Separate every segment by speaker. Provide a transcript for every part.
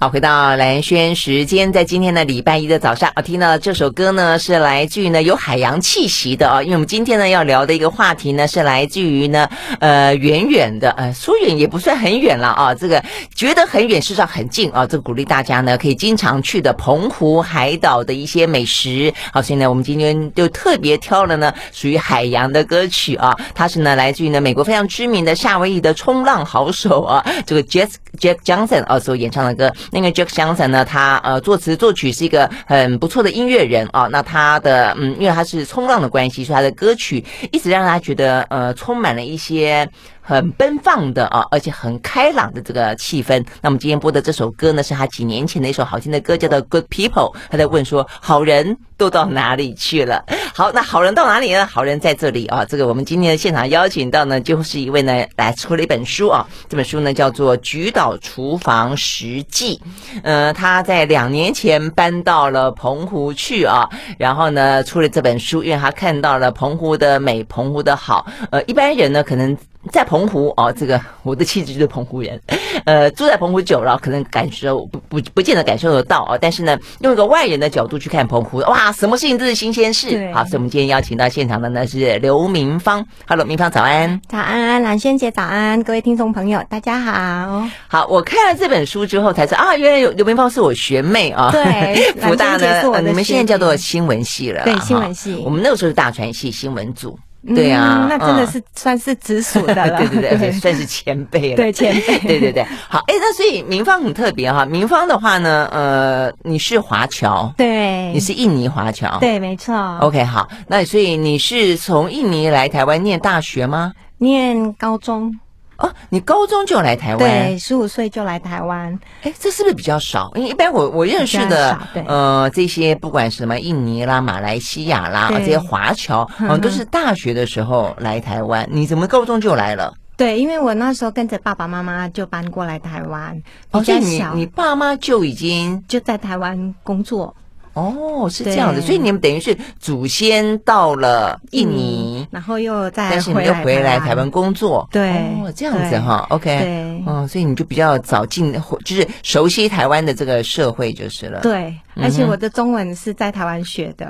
Speaker 1: 好，回到蓝轩时间，在今天的礼拜一的早上，啊，听到这首歌呢是来自于呢有海洋气息的啊、因为我们今天呢要聊的一个话题呢是来自于呢呃远远的，呃说远也不算很远了啊，这个觉得很远，事实上很近啊，这个鼓励大家呢可以经常去的澎湖海岛的一些美食。好，所以呢我们今天就特别挑了呢属于海洋的歌曲啊，它是呢来自于呢美国非常知名的夏威夷的冲浪好手啊，这个 Jack Jack Johnson 啊所演唱的歌。那个 Jack Johnson 呢，他呃作词作曲是一个很不错的音乐人啊。那他的嗯，因为他是冲浪的关系，所以他的歌曲一直让大家觉得呃充满了一些很奔放的啊，而且很开朗的这个气氛。那么今天播的这首歌呢，是他几年前的一首好听的歌，叫做《Good People》。他在问说，好人都到哪里去了？好，那好人到哪里呢？好人在这里啊。这个我们今天的现场邀请到呢，就是一位呢来出了一本书啊，这本书呢叫做《菊岛厨房实记》。呃，他在两年前搬到了澎湖去啊，然后呢出了这本书，因为他看到了澎湖的美，澎湖的好。呃，一般人呢可能。在澎湖哦，这个我的妻子就是澎湖人， 呃，住在澎湖久了，可能感受不不不见得感受得到哦。但是呢，用一个外人的角度去看澎湖，哇，什么事情都是新鲜事。
Speaker 2: 对
Speaker 1: 好，所以我们今天邀请到现场的呢是刘明芳，Hello，明芳早安。
Speaker 2: 早安，蓝轩姐早安，各位听众朋友，大家好。
Speaker 1: 好，我看了这本书之后才知道啊，原来刘刘明芳是我学妹啊。
Speaker 2: 对
Speaker 1: 福大
Speaker 2: 蓝轩姐
Speaker 1: 呢
Speaker 2: 是，我
Speaker 1: 呃
Speaker 2: 的
Speaker 1: 你们
Speaker 2: 学
Speaker 1: 现在叫做
Speaker 2: 姐
Speaker 1: 新闻系了啦，
Speaker 2: 对新闻
Speaker 1: 哈
Speaker 2: 系
Speaker 1: 我们那个时候是大传系新闻组，对啊，
Speaker 2: 嗯那真的
Speaker 1: 嗯
Speaker 2: 是算是直属的 了。
Speaker 1: 对 对对，而且算是前辈了。
Speaker 2: 对前辈
Speaker 1: 对对对。好，哎，那所以民芳很特别哈。民芳的话呢，呃，你是华侨，
Speaker 2: 对
Speaker 1: 你是哦印尼华侨，。
Speaker 2: 对，没错。
Speaker 1: OK，好，那所以你是从印尼来台湾念大学吗？
Speaker 2: 念高中，
Speaker 1: 哦，你高中就来台湾？
Speaker 2: 对，十五岁就来台湾。
Speaker 1: 哎，这是不是比较少？因为一般我我认识的
Speaker 2: 比较少对，
Speaker 1: 呃，这些不管什么印尼啦、马来西亚啦，
Speaker 2: 对嗯
Speaker 1: 这些华侨，好像都是大学的时候来台湾。你怎么高中就来了？
Speaker 2: 对，因为我那时候跟着爸爸妈妈就搬过来台湾，比
Speaker 1: 哦，所以
Speaker 2: 较
Speaker 1: 你
Speaker 2: 小，
Speaker 1: 你爸妈就已经
Speaker 2: 就在台湾工作。
Speaker 1: 哦，是这样的，
Speaker 2: 对
Speaker 1: 所以你们等于是祖先到了印尼，
Speaker 2: 嗯然后又再
Speaker 1: 但是你们又回来台湾工作，
Speaker 2: 对
Speaker 1: 哦，这样子哈，OK，
Speaker 2: 对。
Speaker 1: 嗯，所以你就比较早进，就是熟悉台湾的这个社会就是了，
Speaker 2: 对，
Speaker 1: 嗯
Speaker 2: 而且我的中文是在台湾学的，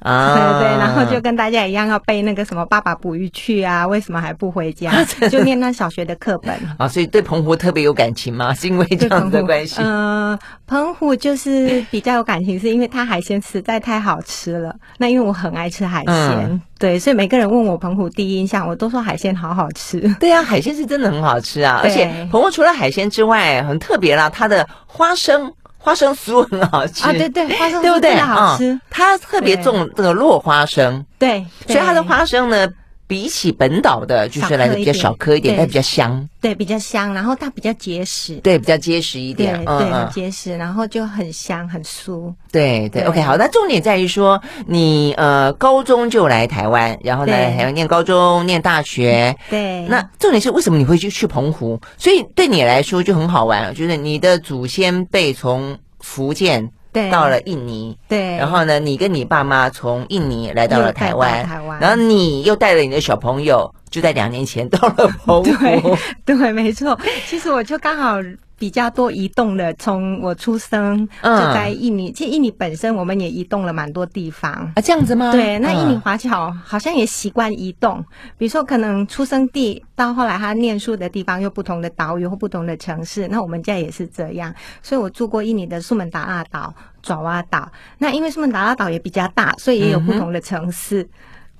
Speaker 1: 啊
Speaker 2: 对对，然后就跟大家一样要背那个什么“爸爸捕鱼去啊，为什么还不回家”， 就念那小学的课本。
Speaker 1: 啊，所以对澎湖特别有感情吗？ 是因为这样子的关系？
Speaker 2: 嗯、呃，澎湖就是比较有感情，是因为它海鲜实在太好吃了。那因为我很爱吃海鲜，
Speaker 1: 嗯
Speaker 2: 对，所以每个人问我澎湖第一印象，我都说海鲜好好吃。
Speaker 1: 对啊，海鲜是真的很好吃啊，而
Speaker 2: 对
Speaker 1: 且澎湖除了海鲜之外，很特别啦，它的花生花生酥很好吃
Speaker 2: 啊，对对，花生
Speaker 1: 对不
Speaker 2: 酥真
Speaker 1: 对？
Speaker 2: 的好吃，
Speaker 1: 嗯它特别
Speaker 2: 对
Speaker 1: 种这个落花生。
Speaker 2: 对，
Speaker 1: 所以它的
Speaker 2: 对
Speaker 1: 花生呢，比起本岛的，就是来的比较少颗一点，
Speaker 2: 少颗一点
Speaker 1: 但比较香，
Speaker 2: 对比较香，然后它比较结实。
Speaker 1: 对，比较结实一
Speaker 2: 对
Speaker 1: 点。嗯
Speaker 2: 对，很，结实，然后就很香很酥。
Speaker 1: 对对
Speaker 2: 对
Speaker 1: OK，好。那重点在于说，你呃高中就来台湾，然后呢，
Speaker 2: 对
Speaker 1: 台湾念高中、念大学。
Speaker 2: 对，
Speaker 1: 那重点是为什么你会去去澎湖？所以对你来说就很好玩，就是你的祖先辈从福建
Speaker 2: 对
Speaker 1: 到了印尼，
Speaker 2: 对，
Speaker 1: 然后呢，你跟你爸妈从印尼来到了台
Speaker 2: 又带
Speaker 1: 湾，
Speaker 2: 到台湾
Speaker 1: 然后你又带了你的小朋友，就在两年前到了澎湖。
Speaker 2: 对，没错。其实我就刚好比较多移动了，从我出生
Speaker 1: 嗯
Speaker 2: 就在印尼，其实印尼本身我们也移动了蛮多地方。
Speaker 1: 啊，这样子吗？
Speaker 2: 对，那印尼
Speaker 1: 嗯
Speaker 2: 华侨好像也习惯移动，比如说可能出生地到后来他念书的地方有不同的岛屿或不同的城市，那我们家也是这样，所以我住过印尼的苏门答腊岛、爪哇岛，那因为苏门答腊岛也比较大，所以也有不
Speaker 1: 嗯
Speaker 2: 同的城市。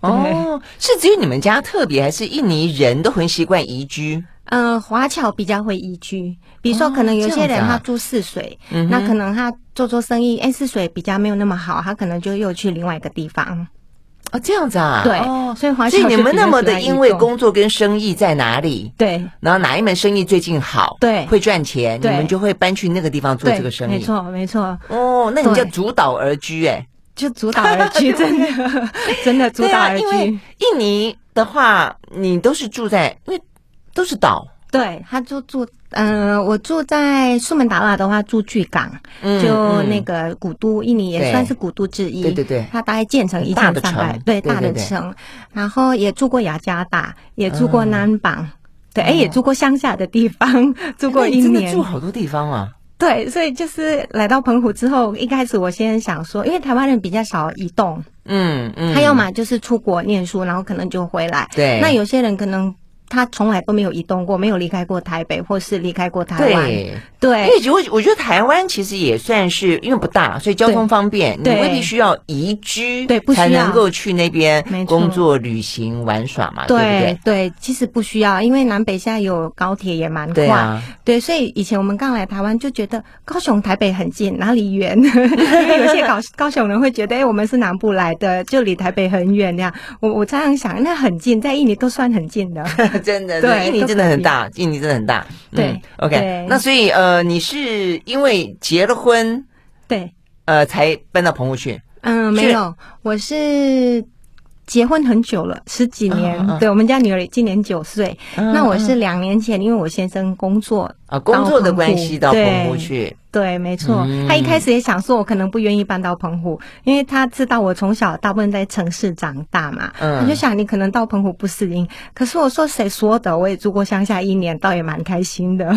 Speaker 1: 哦，是只有你们家特别，还是印尼人都很习惯移居？
Speaker 2: 呃，华侨比较会宜居，比如说
Speaker 1: 哦
Speaker 2: 可能有
Speaker 1: 这
Speaker 2: 些
Speaker 1: 样子
Speaker 2: 人
Speaker 1: 啊
Speaker 2: 他住泗水，
Speaker 1: 嗯哼
Speaker 2: 那可能他做做生意，哎，泗水比较没有那么好，他可能就又去另外一个地方。
Speaker 1: 哦，这样子啊，
Speaker 2: 对
Speaker 1: 哦，
Speaker 2: 所以华侨
Speaker 1: 所以
Speaker 2: 就
Speaker 1: 你们
Speaker 2: 比较
Speaker 1: 那么
Speaker 2: 喜欢
Speaker 1: 的，
Speaker 2: 移
Speaker 1: 因为
Speaker 2: 动
Speaker 1: 工作跟生意在哪里，
Speaker 2: 对
Speaker 1: 然后哪一门生意最近好，
Speaker 2: 对
Speaker 1: 会赚钱，你
Speaker 2: 对
Speaker 1: 们就会搬去那个地方做
Speaker 2: 对，
Speaker 1: 这个生
Speaker 2: 没
Speaker 1: 意。
Speaker 2: 错没错，
Speaker 1: 哦，那你叫
Speaker 2: 对
Speaker 1: 主导而居，哎，
Speaker 2: 就主导而 居，真的真的主
Speaker 1: 对
Speaker 2: 导
Speaker 1: 啊，
Speaker 2: 而
Speaker 1: 因为
Speaker 2: 居。
Speaker 1: 印尼的话，你都是住在，因为都是岛，
Speaker 2: 对，他就住，嗯、我住在苏门答腊的话住巨港，
Speaker 1: 嗯
Speaker 2: 就
Speaker 1: 嗯
Speaker 2: 那个古都，印尼
Speaker 1: 对
Speaker 2: 也算是古都之一。
Speaker 1: 对对对
Speaker 2: 它大概建成一
Speaker 1: 大
Speaker 2: 千
Speaker 1: 的
Speaker 2: 三百
Speaker 1: 城，
Speaker 2: 对
Speaker 1: 对
Speaker 2: 大
Speaker 1: 对
Speaker 2: 的
Speaker 1: 对
Speaker 2: 城。然后也住过雅加达，也住过
Speaker 1: 嗯
Speaker 2: 南港，对，哎，也住过乡下的地方，住过
Speaker 1: 那
Speaker 2: 一
Speaker 1: 你真的
Speaker 2: 年
Speaker 1: 住。好多地方啊。
Speaker 2: 对，所以就是来到澎湖之后，一开始我先想说，因为台湾人比较少移动，
Speaker 1: 嗯嗯，
Speaker 2: 他要么就是出国念书，然后可能就回来。
Speaker 1: 对
Speaker 2: 那有些人可能他从来都没有移动过，没有离开过台北，或是离开过台湾。
Speaker 1: 对。因
Speaker 2: 对
Speaker 1: 为我我觉得台湾其实也算是因为不大，所以交通方便，你
Speaker 2: 对
Speaker 1: 未必需要移居，
Speaker 2: 对不需
Speaker 1: 才
Speaker 2: 要
Speaker 1: 能够去那边
Speaker 2: 没错
Speaker 1: 工作、旅行、玩耍嘛，对不对？
Speaker 2: 对其实不需要，因为南北现在有高铁也蛮快。
Speaker 1: 对啊，
Speaker 2: 对，所以以前我们刚来台湾就觉得高雄、台北很近，哪里远？ 因为有些高 高雄人会觉得，哎、我们是南部来的，就离台北很远那样。我我常常想，那很近，在印尼都算很 近的。
Speaker 1: 真的，
Speaker 2: 对
Speaker 1: 对，印尼真的很大，印尼真的很大。
Speaker 2: 对
Speaker 1: 嗯，OK
Speaker 2: 对。
Speaker 1: 那所以呃，你是因为结了婚
Speaker 2: 对，
Speaker 1: 呃才搬到澎湖去？
Speaker 2: 嗯，没
Speaker 1: 是
Speaker 2: 有，我是结婚很久了，十几年。
Speaker 1: 嗯嗯嗯
Speaker 2: 对我们家女儿今年九岁，
Speaker 1: 嗯
Speaker 2: 那我是两年前，因为我先生工作。
Speaker 1: 啊工作的关系到
Speaker 2: 到澎湖
Speaker 1: 澎湖去，
Speaker 2: 对，没错。
Speaker 1: 嗯
Speaker 2: 他一开始也想说，我可能不愿意搬到澎湖，因为他知道我从小大部分在城市长大嘛，
Speaker 1: 嗯
Speaker 2: 他就想你可能到澎湖不适应。可是我说谁说的？我也住过乡下一年，倒也蛮开 心的。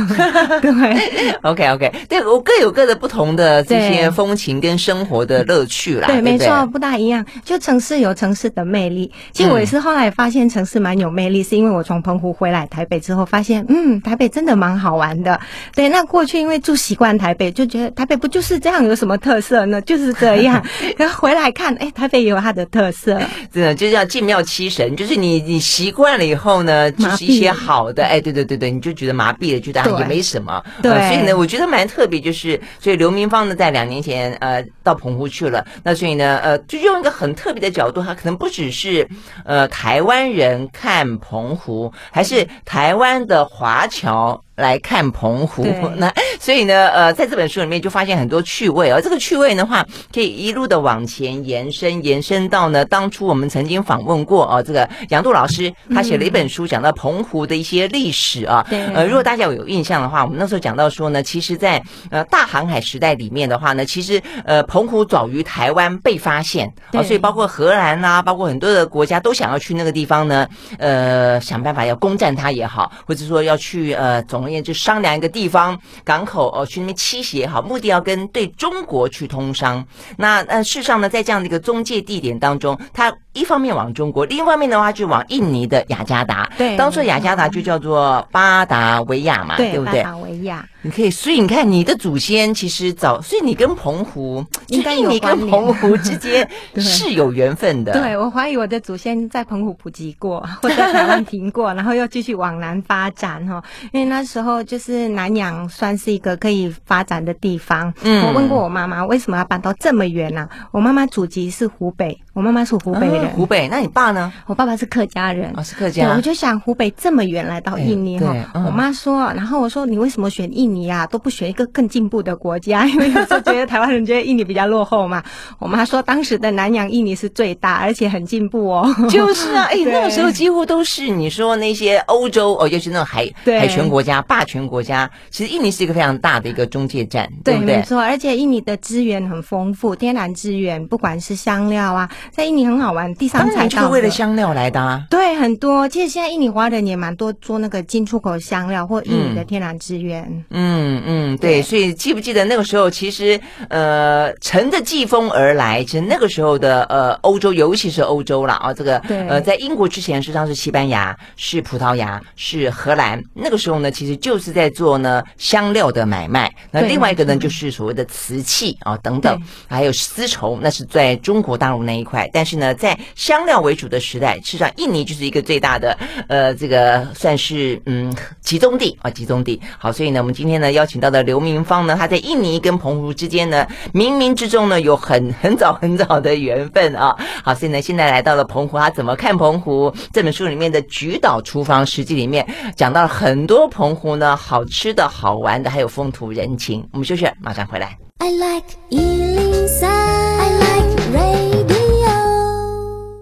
Speaker 2: 对
Speaker 1: OK OK，对我各有各的不同的这些
Speaker 2: 对
Speaker 1: 风情跟生活的乐趣啦，对
Speaker 2: 对，
Speaker 1: 不
Speaker 2: 没
Speaker 1: 对，
Speaker 2: 错，不大一样。就城市有城市的魅力。其实我也是后来发现城市蛮有魅力，是因为我从澎湖回来台北之后，发现嗯，台北真的蛮好玩的。对，那过去因为住习惯台北，就觉得台北不就是这样，有什么特色呢？就是这样。然后回来看，哎，台北也有它的特色。
Speaker 1: 真的就叫进庙七神，就是你你习惯了以后呢，就
Speaker 2: 麻
Speaker 1: 是一些
Speaker 2: 痹
Speaker 1: 好的，哎，对对对对，你就觉得麻痹了，觉得啊
Speaker 2: 对
Speaker 1: 也没什么。
Speaker 2: 对
Speaker 1: 呃所以呢，我觉得蛮特别，就是所以刘明芳呢，在两年前呃到澎湖去了，那所以呢，呃，就用一个很特别的角度，他可能不只是呃台湾人看澎湖，还是台湾的华侨。来看澎湖
Speaker 2: 对，
Speaker 1: 那所以呢， 呃，在这本书里面就发现很多趣味而这个趣味的话，可以一路的往前延伸，延伸到呢，当初我们曾经访问过啊、这个杨度老师，他写了一本书，讲到澎湖的一些历史啊。
Speaker 2: 对
Speaker 1: 呃，如果大家有印象的话，我们那时候讲到说呢，其实在，呃大航海时代里面的话呢，其实呃澎湖早于台湾被发现啊、
Speaker 2: 对
Speaker 1: 所以包括荷兰啦、包括很多的国家都想要去那个地方呢，呃，想办法要攻占它也好，或者说要去呃，总而言之商量一个地方港口哦、去那边栖息也好，目的要跟对中国去通商。那呃，事实上呢，在这样的一个中介地点当中，它一方面往中国，另一方面的话就往印尼的雅加达。
Speaker 2: 对
Speaker 1: 当初雅加达就叫做巴达维亚嘛，
Speaker 2: 对，
Speaker 1: 不
Speaker 2: 巴
Speaker 1: 对？
Speaker 2: 达维亚。
Speaker 1: 你可以，所以你看，你的祖先其实早，所以你跟澎湖，
Speaker 2: 应该
Speaker 1: 就是
Speaker 2: 有
Speaker 1: 你
Speaker 2: 关
Speaker 1: 跟
Speaker 2: 联
Speaker 1: 澎湖之间
Speaker 2: 对
Speaker 1: 是有缘分的。
Speaker 2: 对，我怀疑我的祖先在澎湖普及过， 或在台湾停过， 然后又继续往南发展哈。因为那时候就是南洋算是一个可以发展的地方。
Speaker 1: 嗯
Speaker 2: 我问过我妈妈为什么要搬到这么远呢、我妈妈祖籍是湖北，我妈妈是湖北人，
Speaker 1: 啊湖北，那你爸呢？
Speaker 2: 我爸爸是客家人。
Speaker 1: 哦，是客
Speaker 2: 对，我
Speaker 1: 家。
Speaker 2: 就想湖北这么远来到印尼
Speaker 1: 对
Speaker 2: 哈
Speaker 1: 对，嗯
Speaker 2: 我妈说，然后我说你为什么选印尼啊？都不选一个更进步的国家， 因为有时候觉得台湾人觉得印尼比较落后嘛。我妈说当时的南洋印尼是最大，而且很进步哦。
Speaker 1: 就是 啊，哎，
Speaker 2: 对
Speaker 1: 那个时候几乎都是你说那些欧洲哦，尤其那种海
Speaker 2: 对
Speaker 1: 海权国家、霸权国家，其实印尼是一个非常大的一个中介站， 对不
Speaker 2: 没
Speaker 1: 对？
Speaker 2: 错，而且印尼的资源很丰富，天然资源，不管是香料啊，在印尼很好玩，地上
Speaker 1: 当
Speaker 2: 采
Speaker 1: 然就
Speaker 2: 到
Speaker 1: 是
Speaker 2: 的
Speaker 1: 为了香料来的啊。
Speaker 2: 对，很多。其实现在印尼华人也蛮多做那个进出口香料或印尼的天然资源。
Speaker 1: 嗯嗯，对，
Speaker 2: 对
Speaker 1: 所以记不记得那个时候，其实呃，乘着季风而来，其实那个时候的呃，欧洲，尤其是欧洲啦，啊，这个
Speaker 2: 对
Speaker 1: 呃，在英国之前，实际上是西班牙、是葡萄牙、是荷兰，那个时候呢，其实就是在做呢香料的买卖。那
Speaker 2: 对
Speaker 1: 另外一个呢，就是所谓的瓷器啊等等
Speaker 2: 对，
Speaker 1: 还有丝绸，那是在中国大陆那一块。但是呢，在香料为主的时代，事实上印尼就是一个最大的呃，这个算是嗯集中地啊，集中地。好，所以呢，我们今天呢邀请到的刘明芳呢，她在印尼跟澎湖之间呢，冥冥之中呢有很很早很早的缘分啊。好，所以呢，现在来到了澎湖，她怎么看澎湖？这本书里面的《菊岛厨房实记》里面讲到了很多澎湖呢好吃的好玩的，还有风土人情。我们休息，马上回来。
Speaker 3: I like Ealing Sound. I like radio.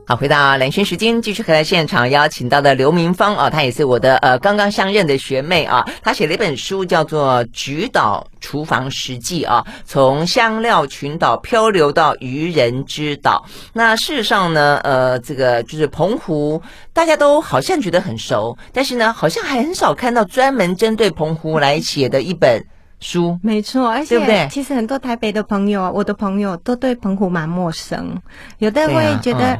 Speaker 1: 好，回到蓝轩时间，继续和现场邀请到的刘明芳啊，她也是我的呃刚刚相认的学妹啊，她写了一本书叫做《菊岛厨房实记》啊，从香料群岛漂流到渔人之岛。那事实上呢，呃，这个就是澎湖，大家都好像觉得很熟，但是呢，好像还很少看到专门针对澎湖来写的一本书。
Speaker 2: 没错，而
Speaker 1: 对不对
Speaker 2: 且其实很多台北的朋友，我的朋友都对澎湖蛮陌生，有的
Speaker 1: 对啊
Speaker 2: 会觉得
Speaker 1: 嗯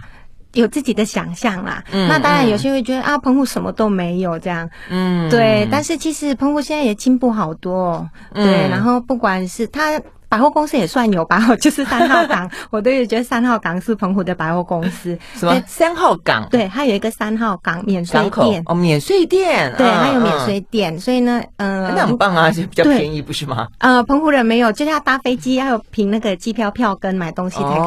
Speaker 2: 有自己的想象啦。
Speaker 1: 嗯
Speaker 2: 那当然，
Speaker 1: 嗯
Speaker 2: 有些会觉得、啊，澎湖什么都没有这样。
Speaker 1: 嗯，
Speaker 2: 对，但是其实澎湖现在也进步好多哦、对，
Speaker 1: 嗯
Speaker 2: 然后不管是它。百货公司也算有吧， 就是三号 港，我都有觉得三号港是澎湖的百货公司。
Speaker 1: 什么三号港
Speaker 2: 对，它有一个三号港免税
Speaker 1: 港口
Speaker 2: 店，
Speaker 1: 哦，免税店，
Speaker 2: 对，
Speaker 1: 嗯
Speaker 2: 它有免税，店，所以呢，
Speaker 1: 嗯
Speaker 2: 呃，
Speaker 1: 那很棒啊，就比较
Speaker 2: 对
Speaker 1: 便宜，不是吗？
Speaker 2: 呃，澎湖人没有，就是要搭飞机，要有凭那个机票票根买东西才可以免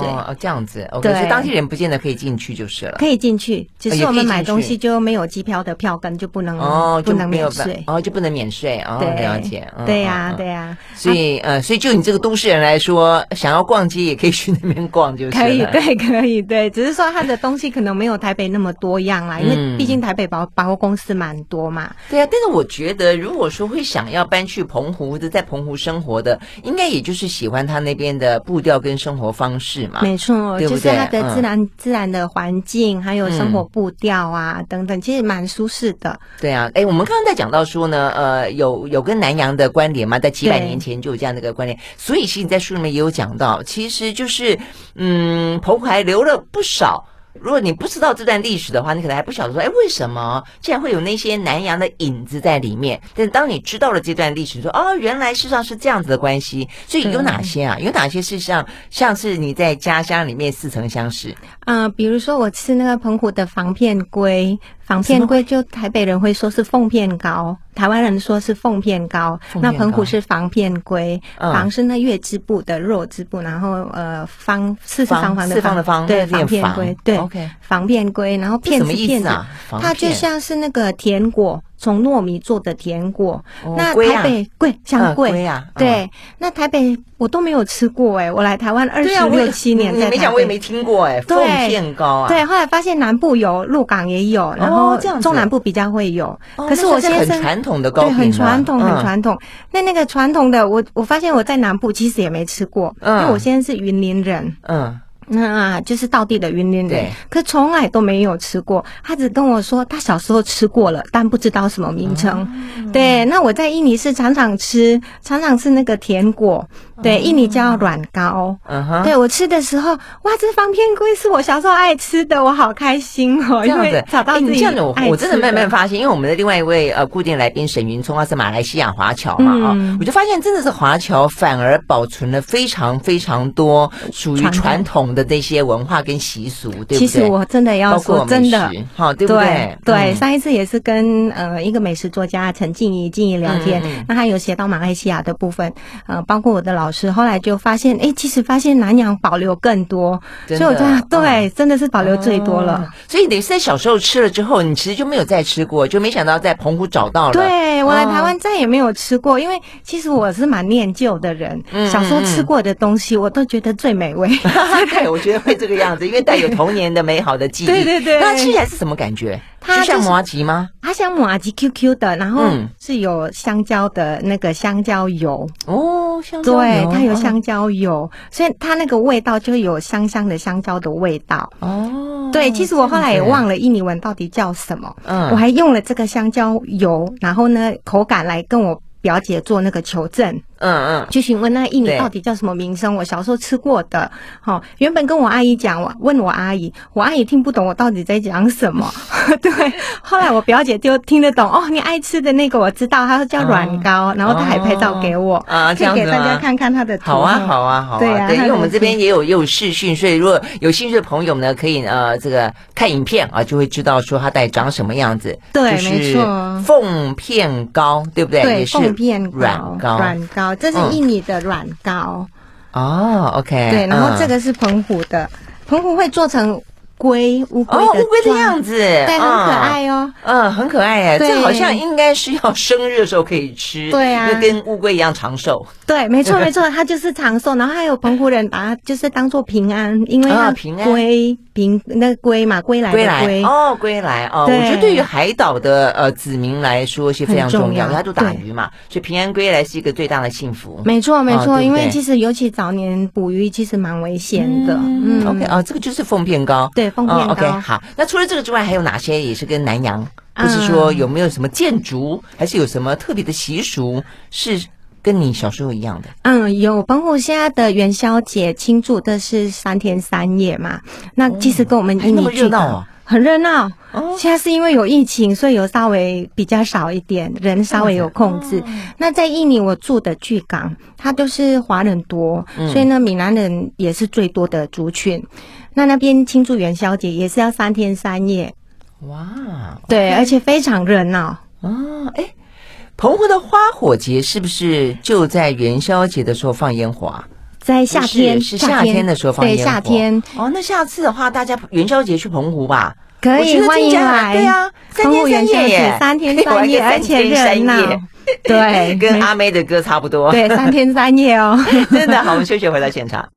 Speaker 2: 税，
Speaker 1: 哦，这样子，OK，
Speaker 2: 对
Speaker 1: 所以当地人不见得可以进去就是了。
Speaker 2: 可以进去。只
Speaker 1: 呃也
Speaker 2: 是
Speaker 1: 可以
Speaker 2: 我们
Speaker 1: 进
Speaker 2: 买东
Speaker 1: 去
Speaker 2: 西就没有机票的票根就不能、
Speaker 1: 哦，
Speaker 2: 嗯不
Speaker 1: 就
Speaker 2: 能
Speaker 1: 没有
Speaker 2: 免
Speaker 1: 办
Speaker 2: 税，。
Speaker 1: 哦，就不能免税哦，
Speaker 2: 对，
Speaker 1: 了解，嗯
Speaker 2: 对呀、
Speaker 1: 嗯嗯
Speaker 2: 对呀、
Speaker 1: 所以呃，所以就你这个都市人来说，想要逛街也可以去那边逛，就是
Speaker 2: 可以，
Speaker 1: 了
Speaker 2: 对，可以，对，只是说它的东西可能没有台北那么多样啦，因为
Speaker 1: 嗯
Speaker 2: 毕竟台北百百货公司蛮多嘛。
Speaker 1: 对啊。但是我觉得，如果说会想要搬去澎湖的，在澎湖生活的，应该也就是喜欢他那边的步调跟生活方式嘛。
Speaker 2: 没错，
Speaker 1: 啊对不
Speaker 2: 就是
Speaker 1: 对
Speaker 2: 它的
Speaker 1: 嗯
Speaker 2: 自然、自然的环境，还有生活
Speaker 1: 嗯
Speaker 2: 步调啊、等等，其实蛮舒适的。
Speaker 1: 对啊，哎，我们刚刚在讲到说呢，呃，有有跟南洋的关联嘛，在几百
Speaker 2: 对
Speaker 1: 年前就有这样的一个关联，所以其实你在书里面也有讲到，其实就是嗯，澎湖还留了不少。如果你不知道这段历史的话，你可能还不晓得说，哎，为什么竟然会有那些南洋的影子在里面？但是当你知道了这段历史，你说哦，原来事实上是这样子的关系。所以有哪些啊？有哪些事实上像是你在家乡里面似曾相识？
Speaker 2: 啊、比如说我吃那个澎湖的防片龟，防片龟就台北人会说是凤片膏，台湾人说是凤片膏，
Speaker 1: 凤
Speaker 2: 那
Speaker 1: 片
Speaker 2: 澎湖
Speaker 1: 膏
Speaker 2: 是防片龟，
Speaker 1: 嗯
Speaker 2: 防是那月字部的肉字部，然后呃方四四方方的
Speaker 1: 四方的方，
Speaker 2: 对，
Speaker 1: 那
Speaker 2: 防
Speaker 1: 个
Speaker 2: 片
Speaker 1: 房
Speaker 2: 龟，对，
Speaker 1: ，OK，
Speaker 2: 防片龟，然后
Speaker 1: 这
Speaker 2: 片
Speaker 1: 什么
Speaker 2: 是
Speaker 1: 意
Speaker 2: 片
Speaker 1: 思
Speaker 2: 子
Speaker 1: 啊？防
Speaker 2: 它就
Speaker 1: 骗
Speaker 2: 像是那个甜果，从糯米做的甜果。
Speaker 1: 哦
Speaker 2: 那
Speaker 1: 龟啊
Speaker 2: 台北贵
Speaker 1: 呃
Speaker 2: 像贵，
Speaker 1: 龟啊，嗯
Speaker 2: 对，那台北我都没有吃过哎，我来台湾二十
Speaker 1: 对啊，我
Speaker 2: 六
Speaker 1: 也
Speaker 2: 七年
Speaker 1: 你
Speaker 2: 在
Speaker 1: 你没
Speaker 2: 台
Speaker 1: 讲，我也
Speaker 2: 北。
Speaker 1: 没听过哎，
Speaker 2: 对
Speaker 1: 凤片糕啊，哦
Speaker 2: 对，后来发现南部有，鹿港也有，然后
Speaker 1: 这样子啊
Speaker 2: 中南部比较会有。
Speaker 1: 哦，
Speaker 2: 可是
Speaker 1: 那
Speaker 2: 我
Speaker 1: 算
Speaker 2: 先
Speaker 1: 很
Speaker 2: 生。
Speaker 1: 传统的糕
Speaker 2: 对，
Speaker 1: 饼啊，
Speaker 2: 很传统，
Speaker 1: 嗯
Speaker 2: 很传统。那那个传统的，我我发现我在南部其实也没吃过，
Speaker 1: 嗯
Speaker 2: 因为我现在是云林人，
Speaker 1: 嗯，
Speaker 2: 那、啊、就是道地的云林人
Speaker 1: 对，
Speaker 2: 可从来都没有吃过。他只跟我说他小时候吃过了，但不知道什么名
Speaker 1: 哦
Speaker 2: 称。对，那我在印尼是常常吃，常常吃那个甜果，
Speaker 1: 哦
Speaker 2: 对，印尼叫软膏。
Speaker 1: 嗯哼，
Speaker 2: 对我吃的时候，哇，这方片龟是我小时候爱吃的，我好开心哦，
Speaker 1: 这
Speaker 2: 因
Speaker 1: 样子
Speaker 2: 为找到
Speaker 1: 哎
Speaker 2: 自
Speaker 1: 你
Speaker 2: 己
Speaker 1: 这样子我，
Speaker 2: 爱
Speaker 1: 我真的
Speaker 2: 吃
Speaker 1: 慢慢发现，因为我们的另外一位呃固定来宾沈云聪，他是马来西亚华侨嘛啊、
Speaker 2: 嗯
Speaker 1: 我就发现真的是华侨反而保存了非常非常多属于
Speaker 2: 传统
Speaker 1: 传统的这些文化跟习俗，对不对？
Speaker 2: 其实我真的要
Speaker 1: 包括
Speaker 2: 说，真的
Speaker 1: 美。食，好、对不
Speaker 2: 对对，
Speaker 1: 嗯
Speaker 2: 上一次也是跟呃一个美食作家陈静怡静怡聊天，
Speaker 1: 嗯嗯嗯
Speaker 2: 那他有写到马来西亚的部分，呃，包括我的老师，后来就发现，哎，其实发现南洋保留更多，所
Speaker 1: 真
Speaker 2: 以我
Speaker 1: 的
Speaker 2: 觉得对，真的是保留最多了。
Speaker 1: 哦所以等于是在小时候吃了之后，你其实就没有再吃过，就没想到在澎湖找到了。
Speaker 2: 对我来台
Speaker 1: 哦，
Speaker 2: 湾再也没有吃过，因为其实我是蛮念旧的人，
Speaker 1: 嗯
Speaker 2: 小时候
Speaker 1: 嗯
Speaker 2: 吃过的东西我都觉得最美味。
Speaker 1: 对，我觉得会这个样子，因为带有童年的美好的记忆。
Speaker 2: 对对对
Speaker 1: 那吃起来是什么感觉？
Speaker 2: 它
Speaker 1: 是像
Speaker 2: 就是
Speaker 1: 麻吉吗？
Speaker 2: 它像马吉 QQ 的，然后
Speaker 1: 嗯
Speaker 2: 是有香蕉的那个香蕉油，
Speaker 1: 哦，香蕉
Speaker 2: 对，它有
Speaker 1: 哦
Speaker 2: 香蕉油，所以它那个味道就有香香的香蕉的味道。
Speaker 1: 哦，
Speaker 2: 对，其实我后来也忘
Speaker 1: 了，
Speaker 2: 了印尼文到底叫什么，
Speaker 1: 嗯
Speaker 2: 我还用了这个香蕉油，然后呢口感来跟我表姐做那个求证。
Speaker 1: 嗯嗯，
Speaker 2: 去询问那印尼
Speaker 1: 对
Speaker 2: 到底叫什么名称，我小时候吃过的。好、原本跟我阿姨讲，我问我阿姨，我阿姨听不懂我到底在讲什么。 对，后来我表姐就听得懂。哦，你爱吃的那个我知道，它叫软膏，然后她还拍照给我，
Speaker 1: 嗯啊
Speaker 2: 可
Speaker 1: 这
Speaker 2: 以
Speaker 1: 样子
Speaker 2: 给大家
Speaker 1: 吗
Speaker 2: 看看它的图。
Speaker 1: 好啊，好啊，好啊，
Speaker 2: 对啊
Speaker 1: 对，因
Speaker 2: 它
Speaker 1: 为我们
Speaker 2: 很
Speaker 1: 这边也有也有视讯，所以如果有兴趣的朋友呢，可以呃这个看影片啊，就会知道说它到底长什么样子。
Speaker 2: 对
Speaker 1: 就是
Speaker 2: 没错
Speaker 1: 凤片糕，对不对？
Speaker 2: 对，
Speaker 1: 也是
Speaker 2: 凤片
Speaker 1: 软糕。
Speaker 2: 软膏，这是
Speaker 1: 嗯
Speaker 2: 印尼的软膏。
Speaker 1: 哦，OK，
Speaker 2: 对，然后
Speaker 1: 嗯
Speaker 2: 这个是澎湖的，澎湖会做成龟乌龟
Speaker 1: 哦，
Speaker 2: 的
Speaker 1: 乌龟的
Speaker 2: 状
Speaker 1: 样子，
Speaker 2: 对，
Speaker 1: 对
Speaker 2: 很可。爱哦。
Speaker 1: 嗯，很可爱哎，
Speaker 2: 对
Speaker 1: 这好像应该是要生日的时候可以吃，
Speaker 2: 对啊
Speaker 1: 因为跟乌龟一样长寿
Speaker 2: 对，没错没错，它就是长寿，然后还有澎湖人把它就是当做平安，因为
Speaker 1: 啊
Speaker 2: 它
Speaker 1: 平安
Speaker 2: 归平那个归嘛，归来
Speaker 1: 归
Speaker 2: 的
Speaker 1: 来
Speaker 2: 归。
Speaker 1: 哦，归来哦，
Speaker 2: 对
Speaker 1: 我觉得对于海岛的呃子民来说是非常重
Speaker 2: 很重
Speaker 1: 要，
Speaker 2: 要
Speaker 1: 因为他都打
Speaker 2: 对
Speaker 1: 鱼嘛，所以平安归来是一个最大的幸福。
Speaker 2: 没错没错，
Speaker 1: 哦对不对
Speaker 2: 因为其实尤其早年捕鱼其实蛮危险的。嗯
Speaker 1: OK 啊、哦，这个就是凤片糕。
Speaker 2: 对凤片糕
Speaker 1: 哦 OK，好。那除了这个之外，还有哪些也是跟南
Speaker 2: 嗯
Speaker 1: 洋，或是说有没有什么建筑，还是有什么特别的习俗是跟你小时候一样的。
Speaker 2: 嗯，有，澎湖现在的元宵节庆祝的是三天三夜嘛，那其实跟我们
Speaker 1: 还
Speaker 2: 印
Speaker 1: 那
Speaker 2: 尼
Speaker 1: 么
Speaker 2: 聚
Speaker 1: 热闹
Speaker 2: 的
Speaker 1: 啊
Speaker 2: 很热闹
Speaker 1: 哦，
Speaker 2: 现在是因为有疫情，所以有稍微比较少一点，人稍微有控
Speaker 1: 哦
Speaker 2: 制。那在印尼我住的巨港，它就是华人多，
Speaker 1: 嗯
Speaker 2: 所以呢，闽南人也是最多的族群。那那边庆祝元宵节也是要三天三夜，
Speaker 1: 哇，
Speaker 2: 对，而且非常热闹。
Speaker 1: 啊，哎，澎湖的花火节是不是就在元宵节的时候放烟火啊？
Speaker 2: 在夏
Speaker 1: 不是
Speaker 2: 天，
Speaker 1: 是夏天的时候放烟
Speaker 2: 对
Speaker 1: 火。
Speaker 2: 夏天
Speaker 1: 哦，那下次的话，大家元宵节去澎湖吧。
Speaker 2: 可
Speaker 1: 我觉
Speaker 2: 以
Speaker 1: 得
Speaker 2: 欢
Speaker 1: 听
Speaker 2: 迎
Speaker 1: 起来
Speaker 2: 来，
Speaker 1: 对啊，三
Speaker 2: 澎湖
Speaker 1: 天三
Speaker 2: 元宵
Speaker 1: 夜
Speaker 2: 节
Speaker 1: 耶，
Speaker 2: 三天
Speaker 1: 可以玩
Speaker 2: 三 夜，
Speaker 1: 个
Speaker 2: 而
Speaker 1: 三
Speaker 2: 且
Speaker 1: 天
Speaker 2: 热
Speaker 1: 三
Speaker 2: 闹
Speaker 1: 夜，
Speaker 2: 对，
Speaker 1: 跟
Speaker 2: 没
Speaker 1: 阿妹的歌差不多。
Speaker 2: 对三天三 夜哦。
Speaker 1: 真的好，我们休息回到现场。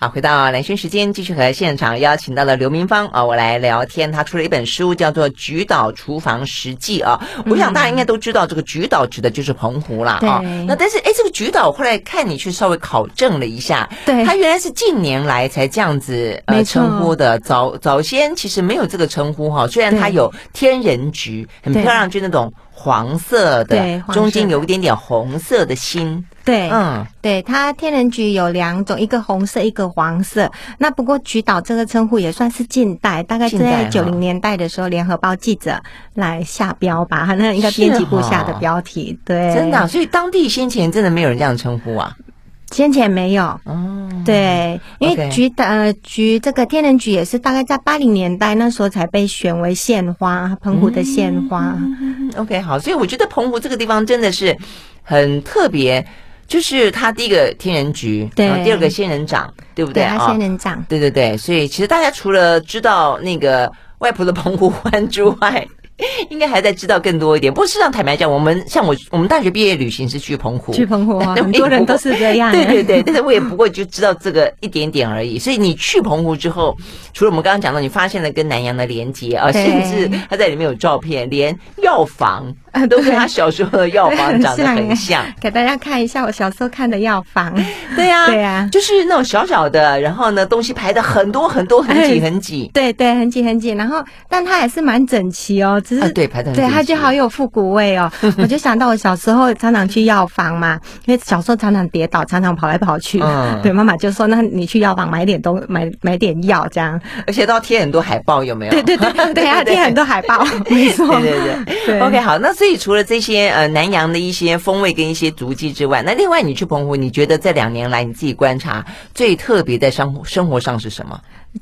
Speaker 1: 好，回到蓝轩时间，继续和现场邀请到了刘明芳啊、我来聊天。他出了一本书，叫做《菊岛厨房实记》啊、我想大家应该都知道，这个菊岛指的就是澎湖啦啊、
Speaker 2: 对
Speaker 1: 那但是哎，这个菊岛后来看你去稍微考证了一下，
Speaker 2: 对
Speaker 1: 它原来是近年来才这样子呃
Speaker 2: 哎没错
Speaker 1: 称呼的，早早先其实没有这个称呼哈、虽然它
Speaker 2: 对
Speaker 1: 有天人菊，很漂
Speaker 2: 对
Speaker 1: 亮，就那种黄色的，
Speaker 2: 对黄色哎
Speaker 1: 中间有一点点红色的心，
Speaker 2: 对，
Speaker 1: 嗯，
Speaker 2: 对，它天人菊有两种，一个红色，一个黄色。那不过菊岛这个称呼也算是近代，大概
Speaker 1: 近代
Speaker 2: 在
Speaker 1: 哈
Speaker 2: 九零年代的时候，联合报记者来下标吧，它那应该编辑部下的标题。对，
Speaker 1: 真的啊、所以当地先前真的没有人这样称呼啊，
Speaker 2: 先前没有。
Speaker 1: 哦，
Speaker 2: 对，因
Speaker 1: OK
Speaker 2: 为菊的呃菊这个天人菊也是大概在八零年代那时候才被选为献花，澎湖的献花。
Speaker 1: 嗯，OK，好，所以我觉得澎湖这个地方真的是很特别，就是它第一个天人菊，
Speaker 2: 对
Speaker 1: 然后第二个仙人掌，对不
Speaker 2: 对，
Speaker 1: 对
Speaker 2: 它
Speaker 1: 啊
Speaker 2: 仙？人掌。
Speaker 1: 对对对，所以其实大家除了知道那个外婆的澎湖湾之外， 应该还在知道更多一点。不过事实上，坦白讲，我们像我，我们大学毕业旅行是去澎湖，
Speaker 2: 去 澎湖啊，
Speaker 1: 对
Speaker 2: 很多人都是这样。啊
Speaker 1: 对对对，但是我也不过就知道这个一点点而已。所以你去澎湖之后，除了我们刚刚讲到你发现了跟南洋的连接啊，
Speaker 2: 对
Speaker 1: 甚至他在里面有照片，连药 房都跟他小时候的药房长得很像。
Speaker 2: 给大家看一下我小时候看的药 房。
Speaker 1: 对呀、
Speaker 2: 对啊
Speaker 1: 就是那种小小的，然后呢东西排的很多很多，很
Speaker 2: 哎
Speaker 1: 挤很挤。
Speaker 2: 对对，很紧很紧，然后但它还是蛮整齐哦，只是、
Speaker 1: 啊，对，排的很
Speaker 2: 对
Speaker 1: 整
Speaker 2: 它
Speaker 1: 齐
Speaker 2: 就好有复古味 哦。我就想到我小时候常常去药房嘛，因为小时候常常跌倒，常常跑来跑去。
Speaker 1: 嗯
Speaker 2: 对，妈妈就说：“那你去药房买点东，买买点药这样。
Speaker 1: 而且都要贴很多海报，有没有？
Speaker 2: 对对 对对，它贴很多海报，没错。
Speaker 1: 对对 对 o k 好，那所以除了这些呃南洋的一些风味跟一些足迹之外，那另外你去澎湖，你觉得这两年来你自己观察最特别在生活生活上是什么？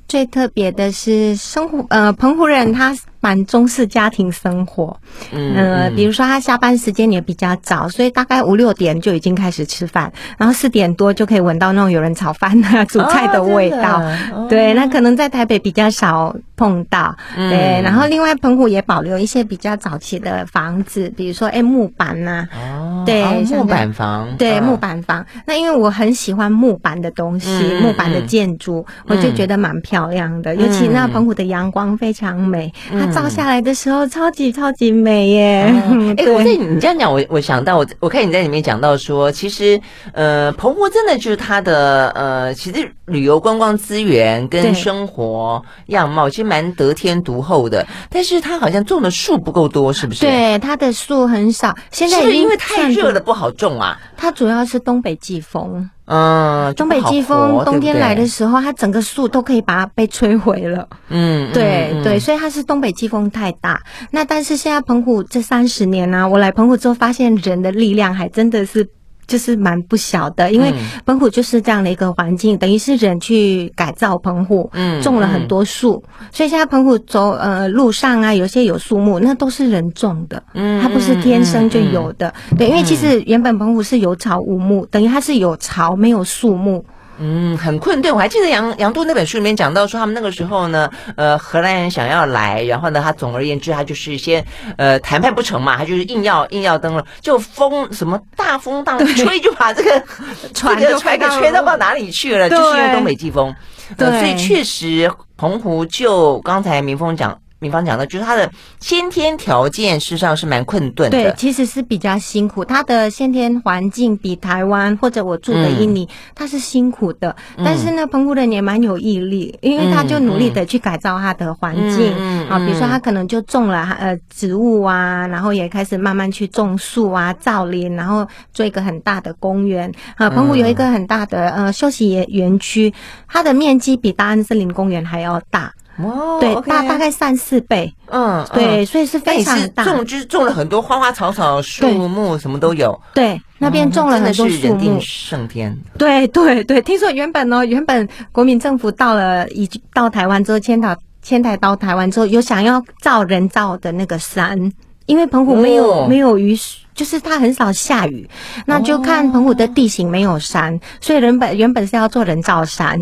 Speaker 2: 最特别的是生活，呃，澎湖人他蛮重视家庭生活，
Speaker 1: 嗯
Speaker 2: 呃，比如说他下班时间也比较早，所以大概五六点就已经开始吃饭，然后四点多就可以闻到那种有人炒饭啊、煮菜的味
Speaker 1: 哦真
Speaker 2: 道。
Speaker 1: 的哦
Speaker 2: 对，那可能在台北比较少碰到，
Speaker 1: 嗯
Speaker 2: 对。然后另外澎湖也保留一些比较早期的房子，比如说哎木板呐、
Speaker 1: 哦，
Speaker 2: 对
Speaker 1: 哦
Speaker 2: 像
Speaker 1: 木
Speaker 2: 这
Speaker 1: 板房，
Speaker 2: 对，
Speaker 1: 嗯
Speaker 2: 木。板房。那因为我很喜欢木板的东西，
Speaker 1: 嗯嗯嗯
Speaker 2: 木板的建筑，我就觉得蛮漂亮的。尤其那澎湖的阳光非常美，
Speaker 1: 嗯
Speaker 2: 它照下来的时候超级超级美耶。
Speaker 1: 哦 哎、
Speaker 2: 嗯对
Speaker 1: 我在你这样讲，我我想到我我看你在里面讲到说，其实呃，澎湖真的就是它的呃，其实旅游观光资源跟
Speaker 2: 对
Speaker 1: 生活样貌其实蛮得天独厚的，但是它好像种的树不够多，是不是？，
Speaker 2: 对，它的树很少，现
Speaker 1: 是
Speaker 2: 在
Speaker 1: 不
Speaker 2: 已
Speaker 1: 是
Speaker 2: 经
Speaker 1: 因为太
Speaker 2: 算多
Speaker 1: 热了。不好种啊？
Speaker 2: 它主要是东北季风，
Speaker 1: 嗯，就
Speaker 2: 东
Speaker 1: 不
Speaker 2: 北
Speaker 1: 好
Speaker 2: 季风
Speaker 1: 活
Speaker 2: 冬天来，的
Speaker 1: 对不对
Speaker 2: 时候，它整个树都可以把它被摧毁了。
Speaker 1: 嗯，
Speaker 2: 对
Speaker 1: 嗯
Speaker 2: 对，，所以它是东北季风太大。那但是现在澎湖这三十年呢、我来澎湖之后发现人的力量还真的是。就是蛮不小的，因为
Speaker 1: 嗯
Speaker 2: 澎湖就是这样的一个环境，等于是人去改造澎湖，
Speaker 1: 嗯
Speaker 2: 种了很多树，所以现在澎湖走呃路上啊，有些有树木，那都是人种的，
Speaker 1: 嗯
Speaker 2: 它不是天生就有的，对，因为其实原本澎湖是有草无木，等于它是有草没有树木，
Speaker 1: 嗯，很困顿。我还记得杨杨度那本书里面讲到说，他们那个时候呢，呃，荷兰人想要来，然后呢，他总而言之，他就是先呃谈判不成嘛，他就是硬要硬要登了，就风什么大风大浪一吹就把这个
Speaker 2: 船
Speaker 1: 这
Speaker 2: 就
Speaker 1: 个船
Speaker 2: 吹
Speaker 1: 给
Speaker 2: 到
Speaker 1: 吹到不知道哪里去了，就是因为
Speaker 2: 对
Speaker 1: 东北季风。呃
Speaker 2: 对
Speaker 1: 所以确实澎湖就刚才明峰讲。明芳讲的，就是他的先天条件事实上是蛮困顿
Speaker 2: 对，
Speaker 1: 的。
Speaker 2: 其实是比较辛苦，它的先天环境比台湾或者我住的印尼，
Speaker 1: 嗯
Speaker 2: 它是辛苦的。但是呢，澎湖人也蛮有毅力，因为他就努力的去改造他的环境、
Speaker 1: 嗯嗯
Speaker 2: 啊，比如说他可能就种了呃植物啊，然后也开始慢慢去种树啊、造林，然后做一个很大的公园
Speaker 1: 嗯
Speaker 2: 啊。澎湖有一个很大的呃休息园园区，它的面积比大安森林公园还要大，
Speaker 1: 哦
Speaker 2: 对，
Speaker 1: OK
Speaker 2: 大大概三四倍，
Speaker 1: 嗯，嗯
Speaker 2: 对，。所以是
Speaker 1: 那
Speaker 2: 非
Speaker 1: 你
Speaker 2: 常
Speaker 1: 是
Speaker 2: 大。
Speaker 1: 种就是种了很多花花草草、树
Speaker 2: 对
Speaker 1: 木，什么都有。
Speaker 2: 对，那边种了
Speaker 1: 哦真
Speaker 2: 很
Speaker 1: 的
Speaker 2: 多
Speaker 1: 是
Speaker 2: 树
Speaker 1: 人
Speaker 2: 木
Speaker 1: 定。胜天。
Speaker 2: 对对对，听说原本呢，原本国民政府到了已经到台湾之后，迁岛迁台到台湾之后，有想要造人造的那个山，因为澎湖没有、
Speaker 1: 哦
Speaker 2: 没有雨水。就是它很少下雨，那就看澎湖的地形没有山，所以原本原本是要做人造山，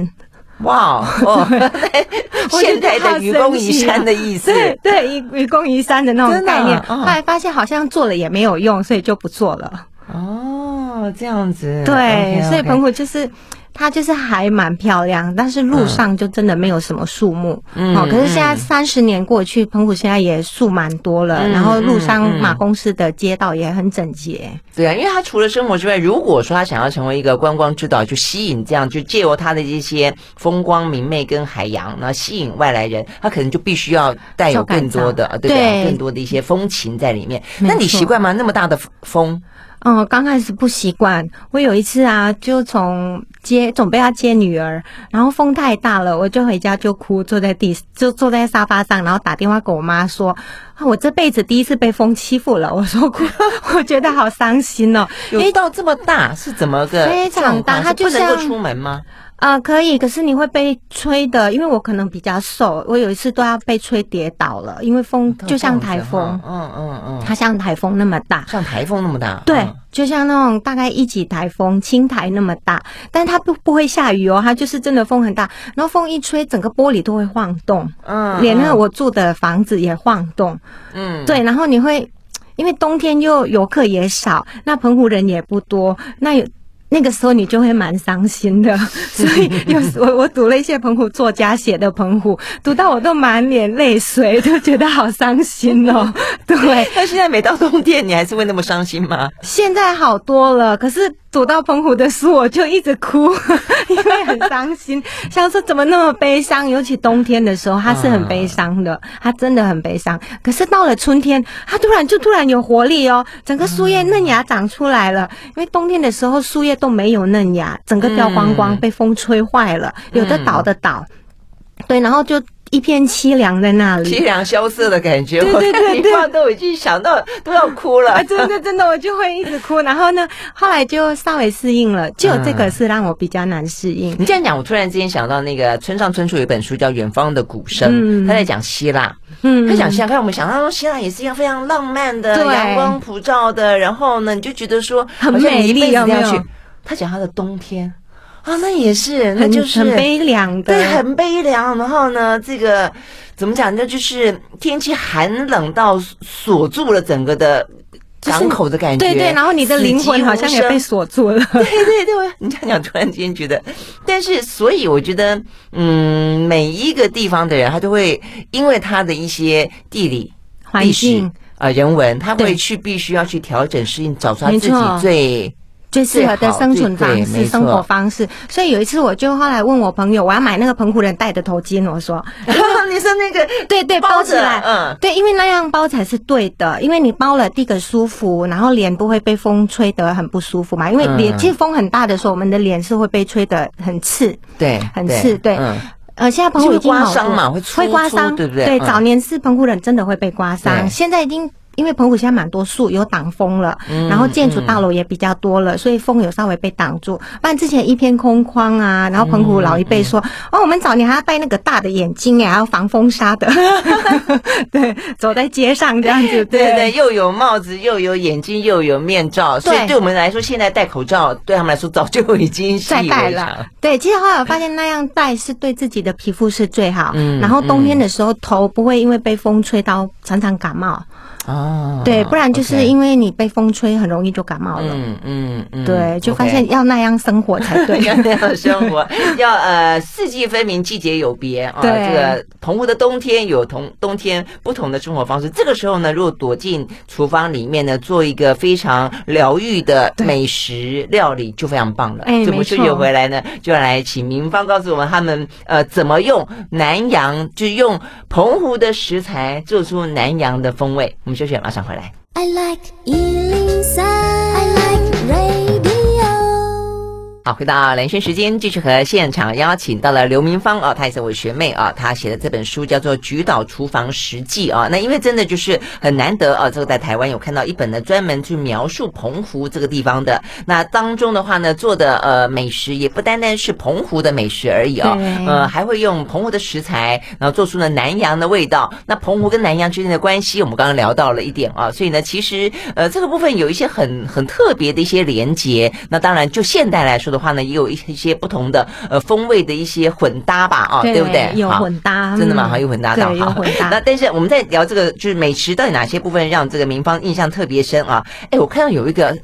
Speaker 1: 哇 哦，
Speaker 2: 我
Speaker 1: 现
Speaker 2: 觉得
Speaker 1: 代的
Speaker 2: 好
Speaker 1: 愚公
Speaker 2: 神
Speaker 1: 移
Speaker 2: 奇啊
Speaker 1: 山的意思。
Speaker 2: 对对，一愚公移山的那种
Speaker 1: 真的
Speaker 2: 概念。
Speaker 1: 哦
Speaker 2: 后来发现好像做了也没有用，所以就不做了。
Speaker 1: 哦，这样子。
Speaker 2: 对
Speaker 1: OK，OK
Speaker 2: 所以澎湖就是。它就是还蛮漂亮，但是路上就真的没有什么树木。
Speaker 1: 嗯
Speaker 2: 哦，可是现在三十年过去，澎湖现在也树蛮多了，
Speaker 1: 嗯
Speaker 2: 然后路上
Speaker 1: 嗯嗯
Speaker 2: 马公市的街道也很整洁。
Speaker 1: 对啊，因为他除了生活之外，如果说他想要成为一个观光之岛，就吸引这样，就借由他的这些风光明媚跟海洋，然后吸引外来人，他可能就必须要带有
Speaker 2: 做改
Speaker 1: 更多的，呃对不
Speaker 2: 对
Speaker 1: 更多的一些风情在里面。
Speaker 2: 没
Speaker 1: 那你
Speaker 2: 错
Speaker 1: 习惯吗？那么大的风，
Speaker 2: 哦，刚开始不习惯。我有一次啊，就从接准备要接女儿，然后风太大了，我就回家就哭，坐在地就坐在沙发上，然后打电话给我妈说，啊，我这辈子第一次被风欺负了。我说哭， 我觉得好伤心哦，因为
Speaker 1: 有到这么大是怎么个
Speaker 2: 非常大
Speaker 1: 状况
Speaker 2: 它就
Speaker 1: 不能够
Speaker 2: 像
Speaker 1: 出门吗？
Speaker 2: 啊、可以，可是你会被吹的，因为我可能比较瘦，我有一次都要被吹跌倒了，因为风
Speaker 1: 哦
Speaker 2: 就像台风，
Speaker 1: 嗯嗯嗯，
Speaker 2: 它像台风那么大。
Speaker 1: 像台风那么大。
Speaker 2: 对
Speaker 1: 嗯，
Speaker 2: 就像那种大概一级台风、青台那么大，但它不不会下雨哦，它就是真的风很大，然后风一吹，整个玻璃都会晃动，
Speaker 1: 嗯，
Speaker 2: 连那个我住的房子也晃动。
Speaker 1: 嗯，
Speaker 2: 对，然后你会，因为冬天又游客也少，那澎湖人也不多，那有。那个时候你就会蛮伤心的，所以有时我我读了一些澎湖作家写的澎湖，读到我都满脸泪水，就觉得好伤心哦。对，
Speaker 1: 那现在每到冬天，你还是会那么伤心吗？
Speaker 2: 现在好多了，可是读到澎湖的书我就一直哭， 因为很伤心，想说怎么那么悲伤，尤其冬天的时候，它是很悲伤的，它真的很悲伤。可是到了春天，它突然就突然有活力哦，整个树叶嫩芽长出来了。因为冬天的时候树叶都没有嫩芽，整个掉光光，
Speaker 1: 嗯
Speaker 2: 被风吹坏了，有的倒的倒，对，然后就一片凄凉在那里。
Speaker 1: 凄凉萧瑟的感觉，
Speaker 2: 对
Speaker 1: 我
Speaker 2: 对对
Speaker 1: 看你
Speaker 2: 对
Speaker 1: 放都已经想到都要哭了
Speaker 2: 啊，。真的真的，我就会一直哭。然后呢，后来就稍微适应了，就这个是让我比较难适应。
Speaker 1: 你这样讲，我突然之间想到那个村上春树有一本书叫《远方的鼓声》，
Speaker 2: 嗯
Speaker 1: 他在讲希腊，
Speaker 2: 嗯，
Speaker 1: 他讲希腊，看我们想到说希腊也是一样非常浪漫的，
Speaker 2: 对
Speaker 1: 阳光普照的，然后呢，你就觉得说
Speaker 2: 很
Speaker 1: 好像你一辈子
Speaker 2: 美丽有
Speaker 1: 都
Speaker 2: 没有
Speaker 1: 要去。他讲他的冬天啊，那也是，那
Speaker 2: 很
Speaker 1: 就是
Speaker 2: 很悲凉的，
Speaker 1: 对，很悲凉。然后呢，这个怎么讲？那就是天气寒冷到锁住了整个的
Speaker 2: 就是
Speaker 1: 港口的感觉。
Speaker 2: 对对，然后你的灵魂好像也被
Speaker 1: 死
Speaker 2: 锁住了。
Speaker 1: 寂无声。对对对，我你这样讲，突然之间觉得，但是所以我觉得，嗯，每一个地方的人，他都会因为他的一些地理、
Speaker 2: 环
Speaker 1: 历史
Speaker 2: 境
Speaker 1: 啊、呃人文，他会
Speaker 2: 对
Speaker 1: 去必须要去调整适应，找出他自
Speaker 2: 没
Speaker 1: 己
Speaker 2: 错
Speaker 1: 最
Speaker 2: 最适合的生存
Speaker 1: 最
Speaker 2: 方
Speaker 1: 好最对没
Speaker 2: 式、
Speaker 1: 错
Speaker 2: 生活方式，所以有一次我就后来问我朋友，我要买那个澎湖人戴的头巾，我说，
Speaker 1: 你说那个
Speaker 2: 对对，
Speaker 1: 包
Speaker 2: 包
Speaker 1: 着
Speaker 2: 起来，
Speaker 1: 嗯
Speaker 2: 对，因为那样包才是对的，因为你包了，第一个舒服，然后脸不会被风吹得很不舒服嘛，因为脸、
Speaker 1: 嗯
Speaker 2: 其实风很大的时候，我们的脸是会被吹得很刺，
Speaker 1: 对，
Speaker 2: 很刺，对。
Speaker 1: 嗯
Speaker 2: 呃，现在澎湖已经
Speaker 1: 因为刮
Speaker 2: 好
Speaker 1: 伤
Speaker 2: 多
Speaker 1: 嘛会粗
Speaker 2: 会刮
Speaker 1: 粗
Speaker 2: 伤，
Speaker 1: 对不对嗯
Speaker 2: 早年是澎湖人真的会被刮
Speaker 1: 对
Speaker 2: 伤，现在已经因为澎湖现在蛮多树有挡风了，
Speaker 1: 嗯
Speaker 2: 然后建筑大楼也比较多了，所以风有稍微被挡住。不然之前一片空旷啊，然后澎湖老一辈
Speaker 1: 嗯
Speaker 2: 说，哦，我们早年还要戴那个大的眼镜哎，还要防风 沙的， 对，走在街上这样子，
Speaker 1: 对对，又有帽子，又有眼镜，又有面罩，所以
Speaker 2: 对
Speaker 1: 对我们来说，现在戴口罩对他们来说早就已经习
Speaker 2: 再
Speaker 1: 以
Speaker 2: 戴
Speaker 1: 为
Speaker 2: 了
Speaker 1: 常。。
Speaker 2: 对，其实后来我发现那样戴是对自己的皮肤是最好。
Speaker 1: 嗯
Speaker 2: 然后冬天的时候、头不会因为被风吹到常常感冒。
Speaker 1: 哦，
Speaker 2: 对，不然就是因为你被风吹，很容易就感冒了。
Speaker 1: 嗯嗯嗯，
Speaker 2: 对，就发
Speaker 1: OK
Speaker 2: 现要那样生活才 对。
Speaker 1: 要那样生 活，要呃四季分明，季节有别啊。
Speaker 2: 对
Speaker 1: 这个澎湖的冬天有同冬天不同的生活方式。这个时候呢，如果躲进厨房里面呢，做一个非常疗愈的美食料理，就非常棒了。
Speaker 2: 哎
Speaker 1: 所以我们
Speaker 2: 没
Speaker 1: 休
Speaker 2: 错
Speaker 1: 息回来呢，就要来请明芳告诉我们他们呃怎么用南洋，就是用澎湖的食材做出南洋的风味。我们休息，马上回来。
Speaker 3: I like Ealing Sound. I like radio.
Speaker 1: 好，回到蓝轩时间，继续和现场邀请到了刘明芳啊，她也是我学妹啊，她写的这本书叫做《菊岛厨房实记》啊。那因为真的就是很难得啊，这个在台湾有看到一本呢，专门去描述澎湖这个地方的。那当中的话呢，做的呃美食也不单单是澎湖的美食而已啊，
Speaker 2: 对
Speaker 1: 呃还会用澎湖的食材，然后做出了南洋的味道。那澎湖跟南洋之间的关系，我们刚刚聊到了一点啊，所以呢，其实呃这个部分有一些很很特别的一些连接。那当然，就现代来说的话呢，也有一一些不同的呃风味的一些混搭吧啊，对不对？
Speaker 2: 有
Speaker 1: 好
Speaker 2: 混搭，
Speaker 1: 真的吗？
Speaker 2: 嗯
Speaker 1: 好，有混搭到，
Speaker 2: 对，有
Speaker 1: 好
Speaker 2: 混搭
Speaker 1: 那。但是我们在聊这个，就是美食到底哪些部分让这个明芳印象特别深啊？哎，我看到有一个，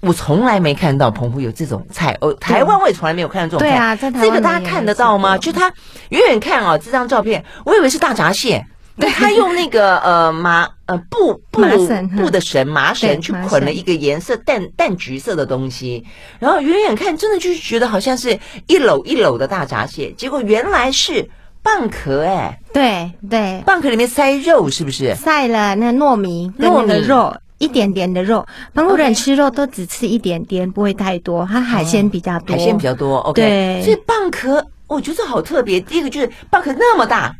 Speaker 1: 我从来没看到澎湖有这种菜，哦，台湾我也从来没有看到这种
Speaker 2: 对
Speaker 1: 菜
Speaker 2: 啊在台湾
Speaker 1: 这个大
Speaker 2: 没
Speaker 1: 家
Speaker 2: 有
Speaker 1: 看得到吗？
Speaker 2: 没
Speaker 1: 就它远远看啊，这张照片，我以为是大闸蟹。对，他用那个呃麻呃布布
Speaker 2: 麻嗯绳
Speaker 1: 布的绳麻绳
Speaker 2: 对
Speaker 1: 去
Speaker 2: 麻
Speaker 1: 捆了
Speaker 2: 绳
Speaker 1: 一个颜色淡淡橘色的东西，然后远远看真的就是觉得好像是一篓一篓的大闸蟹，结果原来是蚌壳哎、
Speaker 2: 对对，
Speaker 1: 蚌壳里面塞肉是不是？
Speaker 2: 晒了那糯米跟那
Speaker 1: 糯
Speaker 2: 个
Speaker 1: 米
Speaker 2: 肉。一点点的肉，澎湖
Speaker 1: OK
Speaker 2: 人吃肉都只吃一点点，不会太多。它海鲜比较多，
Speaker 1: 海鲜比较多，OK。
Speaker 2: 对
Speaker 1: 所以蚌壳我觉得这好特别。第一个就是蚌壳那么大，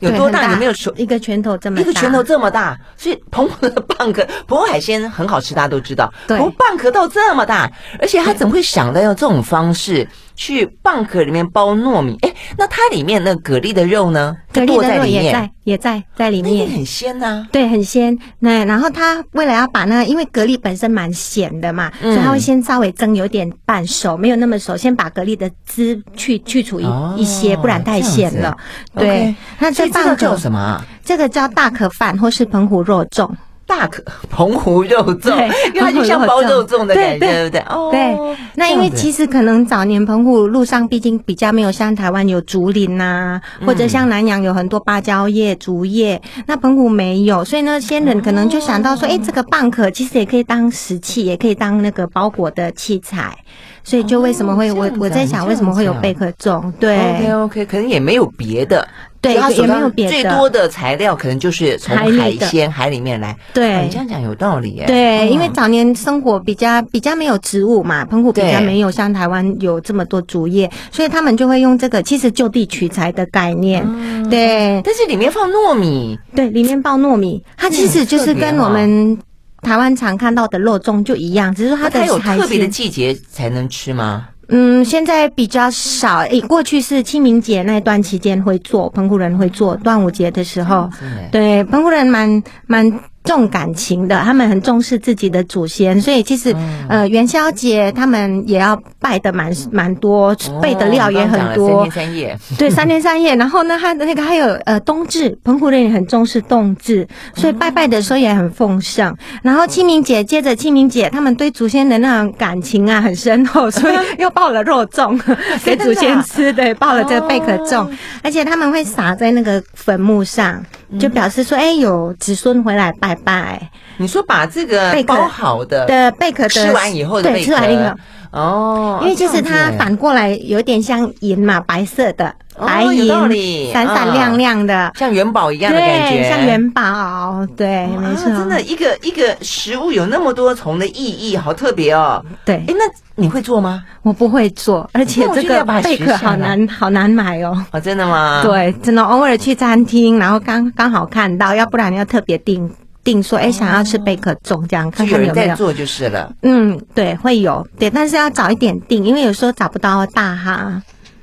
Speaker 1: 有
Speaker 2: 对
Speaker 1: 多
Speaker 2: 很
Speaker 1: 大？有没有手？
Speaker 2: 一个拳头这么大？
Speaker 1: 一个拳头这么大，所以澎湖的蚌壳，澎湖海鲜很好吃，大家都知道。
Speaker 2: 对
Speaker 1: 澎湖蚌壳到这么大，而且他怎么会想到用这种方式去蚌壳里面包糯米？哎，那它里面那蛤蜊的肉呢？就
Speaker 2: 蛤蜊
Speaker 1: 剁
Speaker 2: 的
Speaker 1: 在
Speaker 2: 肉
Speaker 1: 里
Speaker 2: 也
Speaker 1: 面，
Speaker 2: 在，嗯也在在里
Speaker 1: 那也
Speaker 2: 面。
Speaker 1: 很鲜啊呐、
Speaker 2: 对，很鲜。那然后它为了要把那，因为蛤蜊本身蛮咸的嘛，
Speaker 1: 嗯
Speaker 2: 所以它会先稍微蒸，有点半熟，没有那么熟，先把蛤蜊的汁去去除一、
Speaker 1: 哦
Speaker 2: 一些，不然太咸了。
Speaker 1: 这样子
Speaker 2: 对
Speaker 1: OK，
Speaker 2: 那
Speaker 1: 所
Speaker 2: 这
Speaker 1: 以这个
Speaker 2: 蚌
Speaker 1: 叫
Speaker 2: 壳，
Speaker 1: 什么、啊？
Speaker 2: 这个叫大壳饭或是澎湖肉粽。
Speaker 1: 大可澎湖肉粽
Speaker 2: 对，
Speaker 1: 因为它就像
Speaker 2: 澎湖肉粽
Speaker 1: 包肉粽的感觉，
Speaker 2: 对
Speaker 1: 对不对？哦，
Speaker 2: 对，那因为
Speaker 1: 这样子
Speaker 2: 其实可能早年澎湖路上，毕竟比较没有像台湾有竹林呐、
Speaker 1: 嗯
Speaker 2: 或者像南洋有很多芭蕉叶、竹叶，那澎湖没有，所以呢，先人可能就想
Speaker 1: 哦
Speaker 2: 到说，哎、这个蚌壳其实也可以当石器，也可以当那个包裹的器材，所以就为什么会、
Speaker 1: 哦这
Speaker 2: 我
Speaker 1: 样子啊
Speaker 2: 我
Speaker 1: 哦
Speaker 2: 在
Speaker 1: 你
Speaker 2: 想
Speaker 1: 这
Speaker 2: 为什么
Speaker 1: 样
Speaker 2: 会有
Speaker 1: 讲
Speaker 2: 贝壳粽？对
Speaker 1: OK OK，可能也没有别的，
Speaker 2: 对
Speaker 1: 就它手上
Speaker 2: 也没有别的
Speaker 1: 最多的材料可能就是从
Speaker 2: 海里的
Speaker 1: 海鲜海里面来。哦
Speaker 2: 对。
Speaker 1: 你这样讲有道理耶。
Speaker 2: 哎对，
Speaker 1: 嗯
Speaker 2: 因为早年生活比较比较没有植物嘛，澎湖比较
Speaker 1: 对
Speaker 2: 没有像台湾有这么多竹叶，所以他们就会用这个其实就地取材的概念。
Speaker 1: 嗯
Speaker 2: 对
Speaker 1: 但是里面放糯米，
Speaker 2: 对，里面包糯米，它其实就是跟我们台湾常看到的肉粽就一样，只是说它
Speaker 1: 那
Speaker 2: 的
Speaker 1: 哦它有
Speaker 2: 海
Speaker 1: 特别的
Speaker 2: 鲜。
Speaker 1: 季节才能吃吗？
Speaker 2: 嗯，现在比较少。诶，过去是清明节那段期间会做，澎湖人会做，端午节的时候。
Speaker 1: 真的耶。
Speaker 2: 对，澎湖人蛮蛮重感情的，他们很重视自己的祖先，所以其实、
Speaker 1: 嗯
Speaker 2: 呃元宵节他们也要拜的蛮蛮多，备的料也很
Speaker 1: 哦
Speaker 2: 多
Speaker 1: 我，刚刚讲了三天三夜，
Speaker 2: 对，三天三夜。然后呢，他的那个还有呃冬至，澎湖人也很重视冬至，所以拜拜的时候也很奉上。然后清明节接着清明节，他们对祖先的那种感情啊很 深厚，所以又爆了肉粽
Speaker 1: 啊
Speaker 2: 给祖先吃，
Speaker 1: 哦
Speaker 2: 对，爆了这个贝壳粽，而且他们会撒在那个坟墓上，
Speaker 1: 嗯
Speaker 2: 就表示说，哎，有子孙回来拜拜
Speaker 1: 你说把这个
Speaker 2: 贝壳
Speaker 1: 包好的
Speaker 2: 的贝壳的
Speaker 1: 吃完以后的
Speaker 2: 对，
Speaker 1: 贝
Speaker 2: 吃完以后
Speaker 1: 壳。，哦，
Speaker 2: 因为其实
Speaker 1: 这样
Speaker 2: 它
Speaker 1: 子耶
Speaker 2: 反过来有点像银嘛，白色的、
Speaker 1: 哦
Speaker 2: 白
Speaker 1: 有
Speaker 2: 银
Speaker 1: 道理，啊
Speaker 2: 闪闪亮亮的，
Speaker 1: 像元宝一样的感觉，
Speaker 2: 对，像元宝，对，没错，
Speaker 1: 啊，真的，一个一个食物有那么多重的意义，好特别哦。
Speaker 2: 对
Speaker 1: 哎，那你会做吗？
Speaker 2: 我不会做，而且
Speaker 1: 那我
Speaker 2: 这
Speaker 1: 觉得要
Speaker 2: 个
Speaker 1: 把它
Speaker 2: 贝
Speaker 1: 学
Speaker 2: 壳
Speaker 1: 下
Speaker 2: 好
Speaker 1: 来
Speaker 2: 难，好难买哦。
Speaker 1: 啊，真的吗？，
Speaker 2: 对，真的偶尔去餐厅，然后刚刚好看到，要不然要特别订订说，哎，想要吃贝壳粽，这样看
Speaker 1: 就有
Speaker 2: 看有
Speaker 1: 哦人
Speaker 2: 没
Speaker 1: 在
Speaker 2: 有。
Speaker 1: 做就是了。
Speaker 2: 嗯，对，会有，对，但是要早一点订，因为有时候找不到大哈，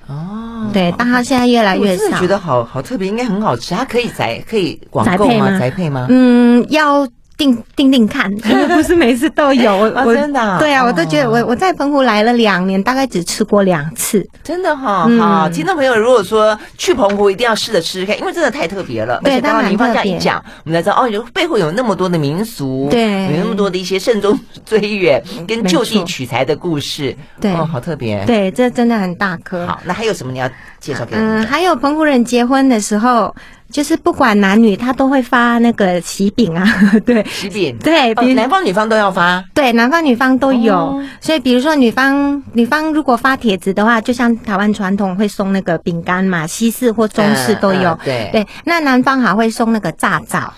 Speaker 1: 哦，
Speaker 2: 对，大哈现在越来
Speaker 1: 我
Speaker 2: 越
Speaker 1: 真的啊
Speaker 2: 少
Speaker 1: 觉。得好好特别，应该很好吃。它可以宅可以网
Speaker 2: 宅
Speaker 1: 购
Speaker 2: 配
Speaker 1: 吗？
Speaker 2: 吗
Speaker 1: 宅配吗？
Speaker 2: 嗯，要定定 定看，因为不是每次都有。我
Speaker 1: 啊
Speaker 2: 我
Speaker 1: 真的啊
Speaker 2: 对啊，
Speaker 1: 哦
Speaker 2: 我都觉得我我在澎湖来了两年，大概只吃过两次。
Speaker 1: 真的哈、
Speaker 2: 嗯
Speaker 1: 好，听众朋友，如果说去澎湖一定要试着吃吃看，因为真的太特别了。
Speaker 2: 对
Speaker 1: 而且刚
Speaker 2: 当
Speaker 1: 刚
Speaker 2: 然
Speaker 1: 您放下
Speaker 2: 特别
Speaker 1: 一讲，我们才知道哦，有背后有那么多的民俗，
Speaker 2: 对嗯
Speaker 1: 有那么多的一些慎终追远跟就
Speaker 2: 没
Speaker 1: 地
Speaker 2: 错
Speaker 1: 取材的故事，
Speaker 2: 对
Speaker 1: 哦，好特别。，
Speaker 2: 对，这真的很大颗。
Speaker 1: 好，那还有什么你要介绍给我
Speaker 2: 嗯，
Speaker 1: 们？
Speaker 2: 还有澎湖人结婚的时候，就是不管男女，他都会发那个喜饼啊， 对
Speaker 1: 喜饼，
Speaker 2: 对，
Speaker 1: 哦
Speaker 2: 比如、
Speaker 1: 男方女方都要发，
Speaker 2: 对男方女方都有，
Speaker 1: 哦
Speaker 2: 所以比如说女方女方如果发帖子的话，就像台湾传统会送那个饼干嘛，西式或中式都有，
Speaker 1: 嗯嗯对
Speaker 2: 对，那男方还会送那个炸枣，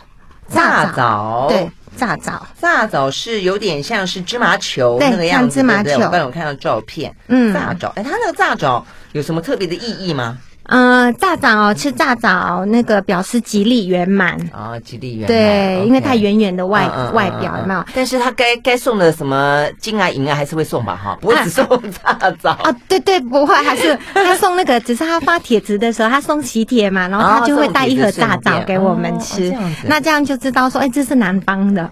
Speaker 1: 炸枣，
Speaker 2: 对。炸枣，
Speaker 1: 炸枣是有点像是芝麻球
Speaker 2: 对
Speaker 1: 那个样子，
Speaker 2: 像芝麻
Speaker 1: 对不对
Speaker 2: 球
Speaker 1: 我刚才有看到照片，
Speaker 2: 嗯
Speaker 1: 炸枣，哎，它那个炸枣有什么特别的意义吗？
Speaker 2: 嗯，炸枣哦，吃炸枣那个表示吉利圆满，
Speaker 1: 啊，吉利圆满
Speaker 2: 对，
Speaker 1: ，OK
Speaker 2: 因为它圆圆的外
Speaker 1: 嗯嗯嗯
Speaker 2: 外表有没有
Speaker 1: 嗯？但是他该该送的什么金啊银啊还是会送吧哈，不会只送大枣。
Speaker 2: 哦，对对，不会，还是 他送那个，只是他发帖子的时候，他送喜帖嘛，然后他
Speaker 1: 哦
Speaker 2: 就会
Speaker 1: 送
Speaker 2: 带
Speaker 1: 帖
Speaker 2: 一
Speaker 1: 子
Speaker 2: 盒
Speaker 1: 顺
Speaker 2: 炸枣
Speaker 1: 便
Speaker 2: 给我们吃，
Speaker 1: 哦哦这样子
Speaker 2: 那这样就知道说，哎，这是南方的，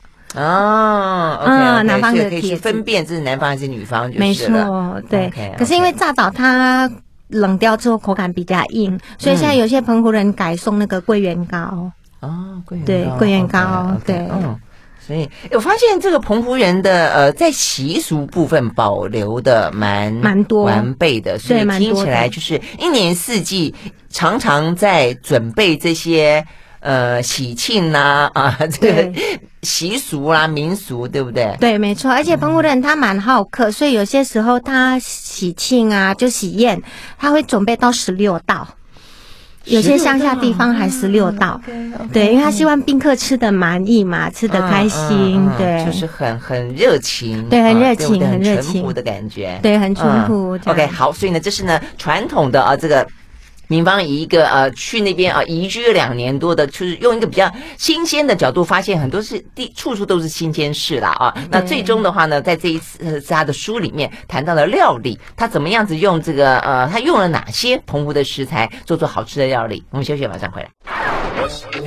Speaker 1: 哦，OK，
Speaker 2: 嗯男方的
Speaker 1: 可以去
Speaker 2: 帖子
Speaker 1: 分辨这是男方还是女方就
Speaker 2: 没
Speaker 1: 是了。
Speaker 2: 错，对
Speaker 1: OK，OK。
Speaker 2: 可是因为炸枣它冷掉之后口感比较硬，所以
Speaker 1: 嗯
Speaker 2: 现在有些澎湖人改送那个桂圆糕，
Speaker 1: 哦，桂圆
Speaker 2: 对
Speaker 1: 糕
Speaker 2: 桂圆
Speaker 1: OK，
Speaker 2: 糕
Speaker 1: OK，
Speaker 2: 对
Speaker 1: 嗯。所以，哎我发现这个澎湖人的呃，在习俗部分保留的蛮
Speaker 2: 蛮多
Speaker 1: 完备的，所以
Speaker 2: 对蛮
Speaker 1: 听
Speaker 2: 多
Speaker 1: 起
Speaker 2: 的
Speaker 1: 来就是一年四季常常在准备这些呃喜庆呐啊这个 习俗啦、民俗，对不对？
Speaker 2: 对，没错。而且澎湖人他蛮好客，所以有些时候他喜庆啊，就喜宴，他会准备到十六道。
Speaker 1: 啊
Speaker 2: 有些乡下地方还十六道，
Speaker 1: 嗯
Speaker 2: 对，因为他希望宾客吃的满意嘛，吃的开心，
Speaker 1: 嗯嗯嗯
Speaker 2: 对，
Speaker 1: 就是很很热情，
Speaker 2: 对很
Speaker 1: 啊
Speaker 2: 热
Speaker 1: 对
Speaker 2: 情
Speaker 1: 不对
Speaker 2: 很
Speaker 1: 很
Speaker 2: 热
Speaker 1: 淳朴
Speaker 2: 情
Speaker 1: 的感觉，
Speaker 2: 对很淳朴
Speaker 1: 嗯
Speaker 2: 这样
Speaker 1: OK，好，所以呢，这是呢传统的啊这个。民方以一个呃去那边啊、移居了两年多的，就是用一个比较新鲜的角度，发现很多是地处处都是新鲜事啦啊。
Speaker 2: 嗯
Speaker 1: 那最终的话呢，在这一次呃他的书里面谈到了料理，他怎么样子用这个呃他用了哪些澎湖的食材做出好吃的料理？我们休息，马上回来。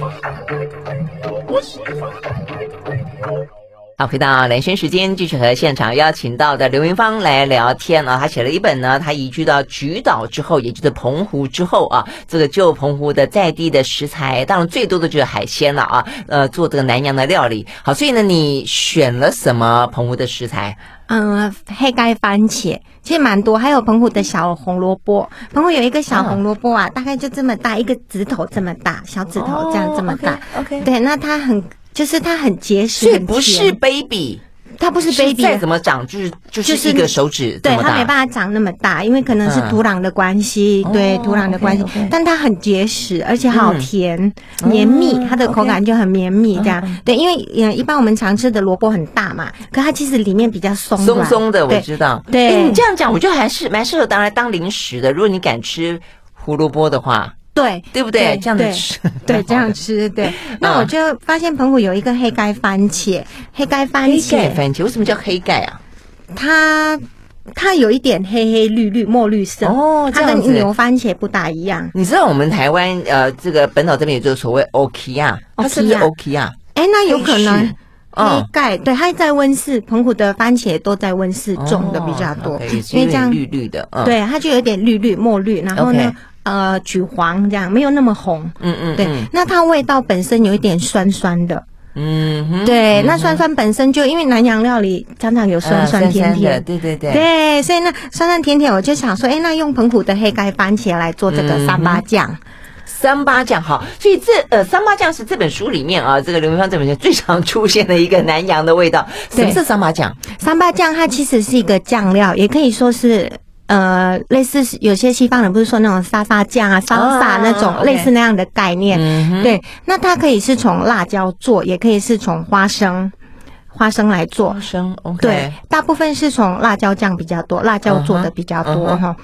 Speaker 1: 好，回到蓝轩时间，继续和现场邀请到的刘云芳来聊天啊。他写了一本呢，他移居到菊岛之后，也就是澎湖之后啊，这个旧澎湖的在地的食材，当然最多的就是海鲜了啊。呃，做这个南洋的料理。好，所以呢，你选了什么澎湖的食材？
Speaker 2: 嗯，黑盖番茄其实蛮多，还有澎湖的小红萝
Speaker 1: 啊
Speaker 2: 卜。澎湖有一个小红萝卜啊，大概就这么大，一个指头这么大，小指头这样这么大。
Speaker 1: OK，,
Speaker 2: 对，那它很就是它很结实，
Speaker 1: 所以
Speaker 2: 很
Speaker 1: 不
Speaker 2: 甜
Speaker 1: 是 baby，
Speaker 2: 它不是 baby，
Speaker 1: 再怎么长就是就是
Speaker 2: 就是
Speaker 1: 一个手指这
Speaker 2: 对
Speaker 1: 么
Speaker 2: 它没
Speaker 1: 大。
Speaker 2: 办法长那么大，因为可能是
Speaker 1: 嗯
Speaker 2: 土壤的关系，对
Speaker 1: 哦
Speaker 2: 土壤的关系
Speaker 1: OK，OK
Speaker 2: 但它很结实，而且好
Speaker 1: 嗯
Speaker 2: 甜、绵密，它的口感就很绵密，这样对。因为嗯，一般我们常吃的萝卜很大嘛，可它其实里面比较松
Speaker 1: 松
Speaker 2: 软
Speaker 1: 松的，我
Speaker 2: 对
Speaker 1: 知道。
Speaker 2: 对
Speaker 1: 诶你这样讲，我觉得还是蛮适合拿来当零食的。如果你敢吃胡萝卜的话，
Speaker 2: 对
Speaker 1: 对不对？这样子吃，
Speaker 2: 对，这样吃对。
Speaker 1: 嗯
Speaker 2: 那我就发现澎湖有一个黑盖番茄，黑盖番
Speaker 1: 黑盖
Speaker 2: 茄，
Speaker 1: 番茄为什么叫黑盖啊？
Speaker 2: 它它有一点黑黑绿绿墨绿色
Speaker 1: 哦这
Speaker 2: 它
Speaker 1: 样
Speaker 2: 跟
Speaker 1: 子
Speaker 2: 牛番茄不大一样。
Speaker 1: 你知道我们台湾呃，这个本岛这边有就是所谓 OK
Speaker 2: 哦
Speaker 1: 啊，它是不是 OK 啊？
Speaker 2: 哎，那有可
Speaker 1: 黑
Speaker 2: 能
Speaker 1: 柿嗯
Speaker 2: 黑盖对，它在温室，澎湖的番茄都在温
Speaker 1: 哦
Speaker 2: 室种的比较多，
Speaker 1: 因为这样绿绿的，嗯，
Speaker 2: 对它就有点绿绿墨绿，然后呢
Speaker 1: OK
Speaker 2: 呃橘黄这样，没有那么红。
Speaker 1: 嗯嗯，
Speaker 2: 对，那它味道本身有一点酸酸的，
Speaker 1: 嗯哼，
Speaker 2: 对，那酸酸本身就因为南洋料理常常有酸
Speaker 1: 嗯
Speaker 2: 酸甜
Speaker 1: 的，
Speaker 2: 甜，
Speaker 1: 对对对，
Speaker 2: 对，所以那酸酸甜甜，我就想说，哎，那用澎湖的黑盖番茄来做这
Speaker 1: 嗯
Speaker 2: 个沙巴酱，
Speaker 1: 三八酱哈，所以这呃三八酱是这本书里面啊，这个刘明芳这本书最常出现的一个南洋的味道。什
Speaker 2: 对
Speaker 1: 么是三八酱？
Speaker 2: 三巴酱它其实是一个酱料，也可以说是。呃，类似是有些西方人不是说那种沙沙酱啊、烧
Speaker 1: 哦
Speaker 2: 萨那种、
Speaker 1: OK
Speaker 2: 类似那样的概念，
Speaker 1: 嗯哼，
Speaker 2: 对。那它可以是从辣椒做，也可以是从花生花生来做
Speaker 1: 花，生 OK。
Speaker 2: 对。大部分是从辣椒酱比较多，辣椒做的比较多
Speaker 1: 嗯哼
Speaker 2: 哈、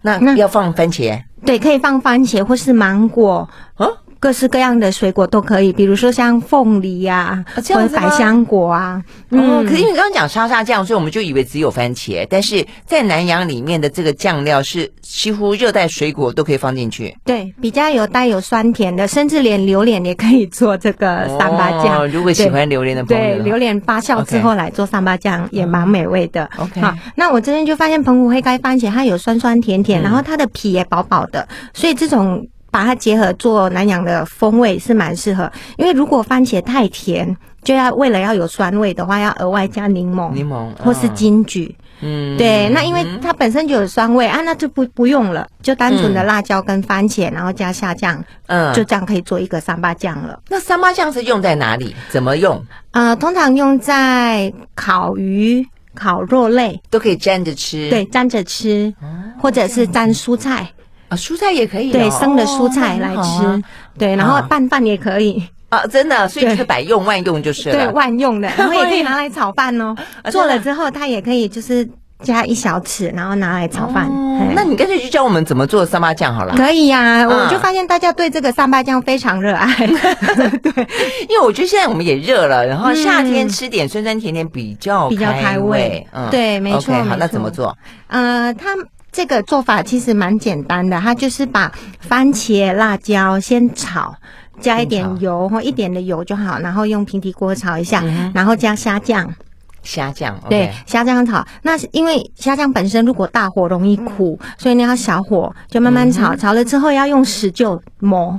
Speaker 1: 那
Speaker 2: 那
Speaker 1: 要放番茄
Speaker 2: 对，可以放番茄或是芒果，
Speaker 1: 啊？
Speaker 2: 各式各样的水果都可以，比如说像凤梨呀、
Speaker 1: 啊这样
Speaker 2: 或者
Speaker 1: 子吗
Speaker 2: 百香果啊。
Speaker 1: 哦，可是你刚刚讲沙沙酱，所以我们就以为只有番茄，但是在南洋里面的这个酱料是几乎热带水果都可以放进去。
Speaker 2: 对，比较有带有酸甜的，甚至连榴莲也可以做这个呃三八酱。
Speaker 1: 哦如果喜欢榴莲的朋
Speaker 2: 对
Speaker 1: 友，
Speaker 2: 榴莲发酵之后来做三八酱也蛮美味的。
Speaker 1: OK
Speaker 2: 好，那我这边就发现澎湖黑开番茄它有酸酸甜
Speaker 1: 嗯
Speaker 2: 甜，然后它的皮也薄薄的，所以这种。把它结合做南洋的风味是蛮适合，因为如果番茄太甜，就要为了要有酸味的话，要额外加柠檬、
Speaker 1: 柠檬
Speaker 2: 或是
Speaker 1: 嗯
Speaker 2: 金桔。
Speaker 1: 嗯
Speaker 2: 对，那因为它本身就有酸味啊，那就不不用了，就单纯的辣椒跟番茄，然后加下酱，
Speaker 1: 嗯
Speaker 2: 就这样可以做一个三八酱了。
Speaker 1: 那三八酱是用在哪里？怎么用
Speaker 2: 呃，通常用在烤鱼、烤肉类，
Speaker 1: 都可以蘸着吃。
Speaker 2: 对，蘸着吃，
Speaker 1: 哦
Speaker 2: 或者是蘸蔬菜，
Speaker 1: 啊，蔬菜也可以哦、
Speaker 2: 对，生的蔬菜
Speaker 1: 哦那
Speaker 2: 来
Speaker 1: 很好
Speaker 2: 吃，对，然后
Speaker 1: 好
Speaker 2: 拌饭也可以，
Speaker 1: 啊啊，真的，所以
Speaker 2: 对
Speaker 1: 可以百用万用就是
Speaker 2: 对，
Speaker 1: 了。
Speaker 2: 万 用的，然后也可以拿来炒饭哦。做了之后，它也可以就是加一小匙，然后拿来炒饭。嘿
Speaker 1: 哦那你干脆就教我们怎么做三八酱好了，
Speaker 2: 可以呀、
Speaker 1: 嗯
Speaker 2: 我就发现大家对这个三八酱非 常热爱。
Speaker 1: 因为我觉得现在我们也热了，然后夏天吃点酸酸甜甜比较
Speaker 2: 嗯比较
Speaker 1: 开
Speaker 2: 开胃
Speaker 1: 嗯，
Speaker 2: 对没错
Speaker 1: OK，好，
Speaker 2: 没
Speaker 1: 那怎
Speaker 2: 错
Speaker 1: 么做？
Speaker 2: 呃，它这个做法其实蛮简单的，它就是把番茄、辣椒先炒。加一
Speaker 1: 先
Speaker 2: 点
Speaker 1: 炒嗯
Speaker 2: 油或一点的油就好，然后用平底锅炒一下，然后加虾酱，
Speaker 1: 虾酱，
Speaker 2: 对，虾酱炒。那是因为虾酱本身如果大火容易苦，
Speaker 1: 嗯
Speaker 2: 所以你要小火就慢慢炒，炒了之后要用石臼磨，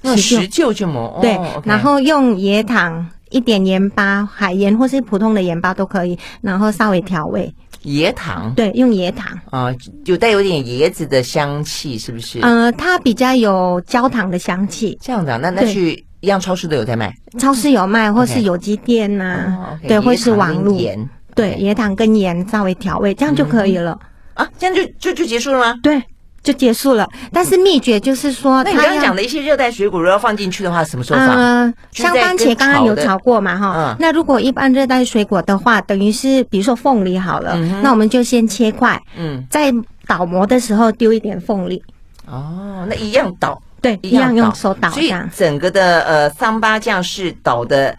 Speaker 1: 用石臼去磨，
Speaker 2: 对
Speaker 1: 哦，OK
Speaker 2: 然后用椰糖、一点盐巴、海盐或是普通的盐巴都可以，然后稍微调味。
Speaker 1: 椰糖
Speaker 2: 对，用椰糖，
Speaker 1: 啊，有带有点椰子的香气，是不是？
Speaker 2: 呃，它比较有焦糖的香气，
Speaker 1: 这样子啊，那那
Speaker 2: 对
Speaker 1: 去一样超市都有在卖，
Speaker 2: 超市有卖，或
Speaker 1: OK
Speaker 2: 是有机店呐、
Speaker 1: 嗯哦，OK，
Speaker 2: 嗯对，
Speaker 1: 椰
Speaker 2: 或是
Speaker 1: 糖
Speaker 2: 网
Speaker 1: 跟
Speaker 2: 络，
Speaker 1: 盐，
Speaker 2: 对，
Speaker 1: OK
Speaker 2: 椰糖跟盐稍微调味，这样就可以了，
Speaker 1: 啊，这样就就就结束了吗？
Speaker 2: 对，就结束了。但是秘诀就是说，
Speaker 1: 那你
Speaker 2: 呃它
Speaker 1: 刚刚
Speaker 2: 要
Speaker 1: 讲的一些热带水果，如果要放进去的话，什么时候放？
Speaker 2: 呃，
Speaker 1: 就是
Speaker 2: 像
Speaker 1: 在
Speaker 2: 番
Speaker 1: 跟
Speaker 2: 茄刚刚
Speaker 1: 炒
Speaker 2: 有
Speaker 1: 的
Speaker 2: 炒过嘛哈
Speaker 1: 嗯，
Speaker 2: 那如果一般热带水果的话，等于是比如说凤梨好了，那我们就先切块，
Speaker 1: 嗯，
Speaker 2: 在倒模的时候丢一点凤梨，
Speaker 1: 哦，那一样倒，
Speaker 2: 对，一样用手倒
Speaker 1: 所
Speaker 2: 这
Speaker 1: 以
Speaker 2: 样。
Speaker 1: 整个的呃桑巴酱是倒的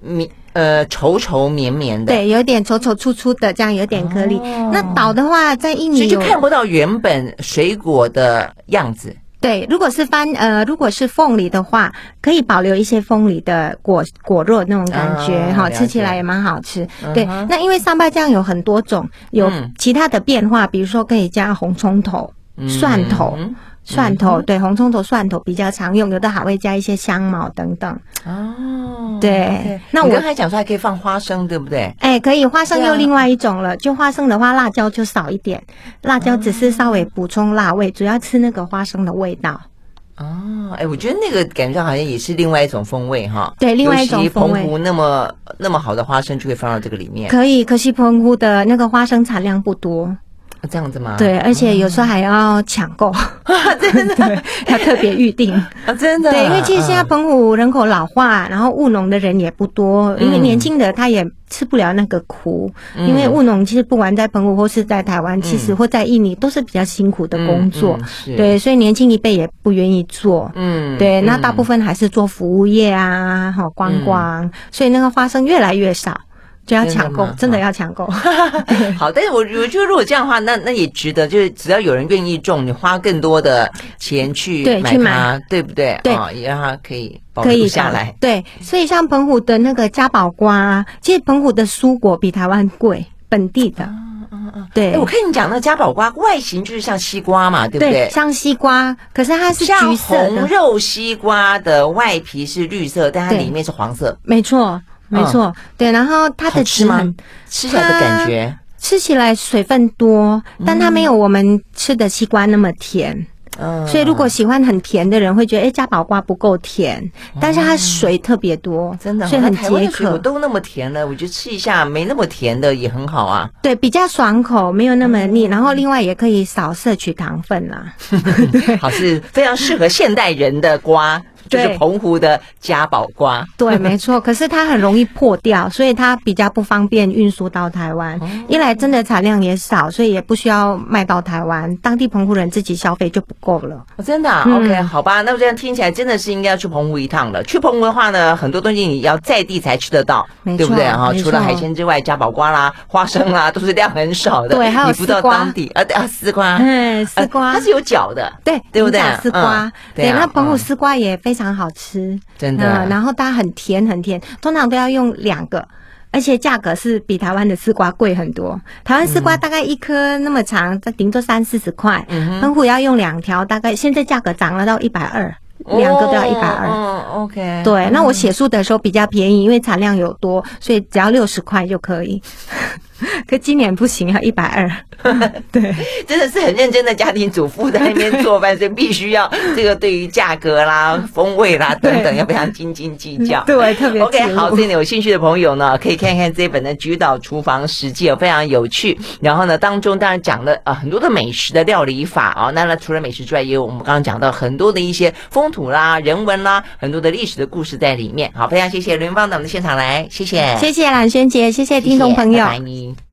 Speaker 1: 绵呃稠稠绵绵的，，
Speaker 2: 对，有点稠稠粗粗的，这样有点颗粒。那倒的话，在印
Speaker 1: 哦所以
Speaker 2: 尼
Speaker 1: 就
Speaker 2: 有
Speaker 1: 看不到原本水果的样子。
Speaker 2: 对，如果是番呃，如果是凤梨的话，可以保留一些凤梨的果果肉那种感觉
Speaker 1: 啊
Speaker 2: 哈、
Speaker 1: 了解
Speaker 2: 吃起来也蛮好吃。对，那因为三八酱有很多种，有
Speaker 1: 嗯
Speaker 2: 其他的变化，比如说可以加红葱头、蒜头。
Speaker 1: 嗯
Speaker 2: 蒜头对红葱头、蒜头比较常用，有的还会加一些香茅等等。
Speaker 1: 哦，
Speaker 2: 对
Speaker 1: OK
Speaker 2: 那
Speaker 1: 你
Speaker 2: 我
Speaker 1: 刚才讲说还可以放花生，对不对？
Speaker 2: 哎，可以，花生
Speaker 1: 对啊
Speaker 2: 又另外一种了。就花生的话，辣椒就少一点，辣椒只是稍微补充辣味，主要吃那个花生的味道。
Speaker 1: 哦，哎，我觉得那个感觉好像也是另外一种风味哈。
Speaker 2: 对另外一种
Speaker 1: 尤其
Speaker 2: 风味
Speaker 1: 澎湖那么那么好的花生就可以放到这个里面，
Speaker 2: 可以，可惜澎湖的那个花生产量不多，
Speaker 1: 哦这样子吗？
Speaker 2: 对，而且有
Speaker 1: 嗯
Speaker 2: 时候还要抢 购，真的要特别预定。
Speaker 1: 啊，真的。
Speaker 2: 对，因为其实现在
Speaker 1: 嗯
Speaker 2: 澎湖人口老化，然后务农的人也不多，
Speaker 1: 嗯
Speaker 2: 因为年轻的他也吃不了那个苦，因为务农其实不管在澎湖或是在台湾，其实或在印尼都是比较辛苦的工作，
Speaker 1: 嗯嗯嗯是
Speaker 2: 对，所以年轻一辈也不愿意做。
Speaker 1: 嗯嗯
Speaker 2: 对，那大部分还是做服务业啊，好观光，所以那个花生越来越少，就要抢购
Speaker 1: 真的吗，
Speaker 2: 真的要抢购。
Speaker 1: 好，但是我我觉得如果这样的话，那那也值得，就是只要有人愿意种，你花更多的钱去
Speaker 2: 对
Speaker 1: 买
Speaker 2: 去
Speaker 1: 它，对不对？
Speaker 2: 对
Speaker 1: 啊，也让它可以保
Speaker 2: 可以
Speaker 1: 留下
Speaker 2: 搞
Speaker 1: 来。。
Speaker 2: 对，所以像澎湖的那个嘉宝瓜、啊，其实澎湖的蔬果比台湾贵，本地的。对，
Speaker 1: 哎，我看你讲那个嘉宝瓜外形就是像西瓜嘛，对不对？
Speaker 2: 像西瓜，可是它是
Speaker 1: 像
Speaker 2: 橘色
Speaker 1: 红
Speaker 2: 的，
Speaker 1: 肉西瓜的外皮是绿色，但它
Speaker 2: 对
Speaker 1: 里面是黄色，
Speaker 2: 没错，没错，对。然后它
Speaker 1: 嗯好
Speaker 2: 的
Speaker 1: 吃
Speaker 2: 汁
Speaker 1: 吗
Speaker 2: 很
Speaker 1: 吃起来的感觉，
Speaker 2: 吃起来水分多，但它没有我们吃的西瓜那么甜。
Speaker 1: 嗯，
Speaker 2: 所以，如果喜欢很甜的人会觉得，哎，嘉宝瓜不够甜，
Speaker 1: 哦
Speaker 2: 但是它水特别多，
Speaker 1: 真的哦，
Speaker 2: 所以
Speaker 1: 那
Speaker 2: 很
Speaker 1: 台湾
Speaker 2: 解
Speaker 1: 的水果
Speaker 2: 渴，
Speaker 1: 都那么甜了，我觉得吃一下没那么甜的也很好 啊。
Speaker 2: 对，比较爽口，没有那么
Speaker 1: 嗯
Speaker 2: 腻。然后，另外也可以少摄取糖分啦。
Speaker 1: 好是非常适合现代人的瓜，就是
Speaker 2: 对
Speaker 1: 澎湖的嘉宝瓜。
Speaker 2: 对，没错。可是它很容易破掉，所以它比较不方便运输到台湾。
Speaker 1: 哦
Speaker 2: 一来真的产量也少，所以也不需要卖到台湾，当地澎湖人自己消费就不够了。
Speaker 1: 哦真的、啊
Speaker 2: 嗯
Speaker 1: o k 好吧，那这样听起来真的是应该要去澎湖一趟了。去澎湖的话呢，很多东西你要在地才吃得到，
Speaker 2: 没
Speaker 1: 对不对
Speaker 2: 错
Speaker 1: 哈？
Speaker 2: 没
Speaker 1: 除了
Speaker 2: 错
Speaker 1: 海鲜之外，嘉宝瓜啦、花生 啦，都是量很少的。
Speaker 2: 对还有
Speaker 1: 你不到
Speaker 2: 丝瓜
Speaker 1: 当地啊，对啊，丝瓜，呃
Speaker 2: 嗯，丝瓜。
Speaker 1: 它是有角的，
Speaker 2: 对，
Speaker 1: 对不对
Speaker 2: 银甲丝瓜，
Speaker 1: 嗯对
Speaker 2: 对，
Speaker 1: 啊
Speaker 2: 那澎湖
Speaker 1: 嗯
Speaker 2: 丝瓜也非常好吃，
Speaker 1: 真的
Speaker 2: 嗯然后它很甜很甜，通常都要用两个，而且价格是比台湾的丝瓜贵很多。台湾丝瓜大概一颗那么长，它顶多三四十块，
Speaker 1: 嗯
Speaker 2: 澎湖要用两条，大概现在价格涨了到一百二，两个都要一百二。
Speaker 1: 哦嗯，OK。
Speaker 2: 对，那我写书的时候比较便宜，因为产量有多，所以只要六十块就可以。 可今年不行，要一百二。 对。
Speaker 1: 真的是很认真的家庭主妇在那边做饭，所以必须要这个对于价格 啦、风味啦等等，
Speaker 2: 对
Speaker 1: 要非常斤斤计较。
Speaker 2: 对特 别
Speaker 1: OK，
Speaker 2: 注
Speaker 1: 好，
Speaker 2: 目
Speaker 1: 对你有兴趣的朋友呢，可以看看这本的《菊岛厨房实记》哦，非常有趣。然后呢，当中当然讲了呃很多的美食的料理法哦。那那除了美食之外，也有我们刚刚讲到很多的一些风土啦、人文啦，很多的历史的故事在里面。好，非常谢谢刘云芳到我们的现场来，谢谢，
Speaker 2: 谢谢蓝轩姐，谢谢听众朋友。
Speaker 1: 谢谢拜拜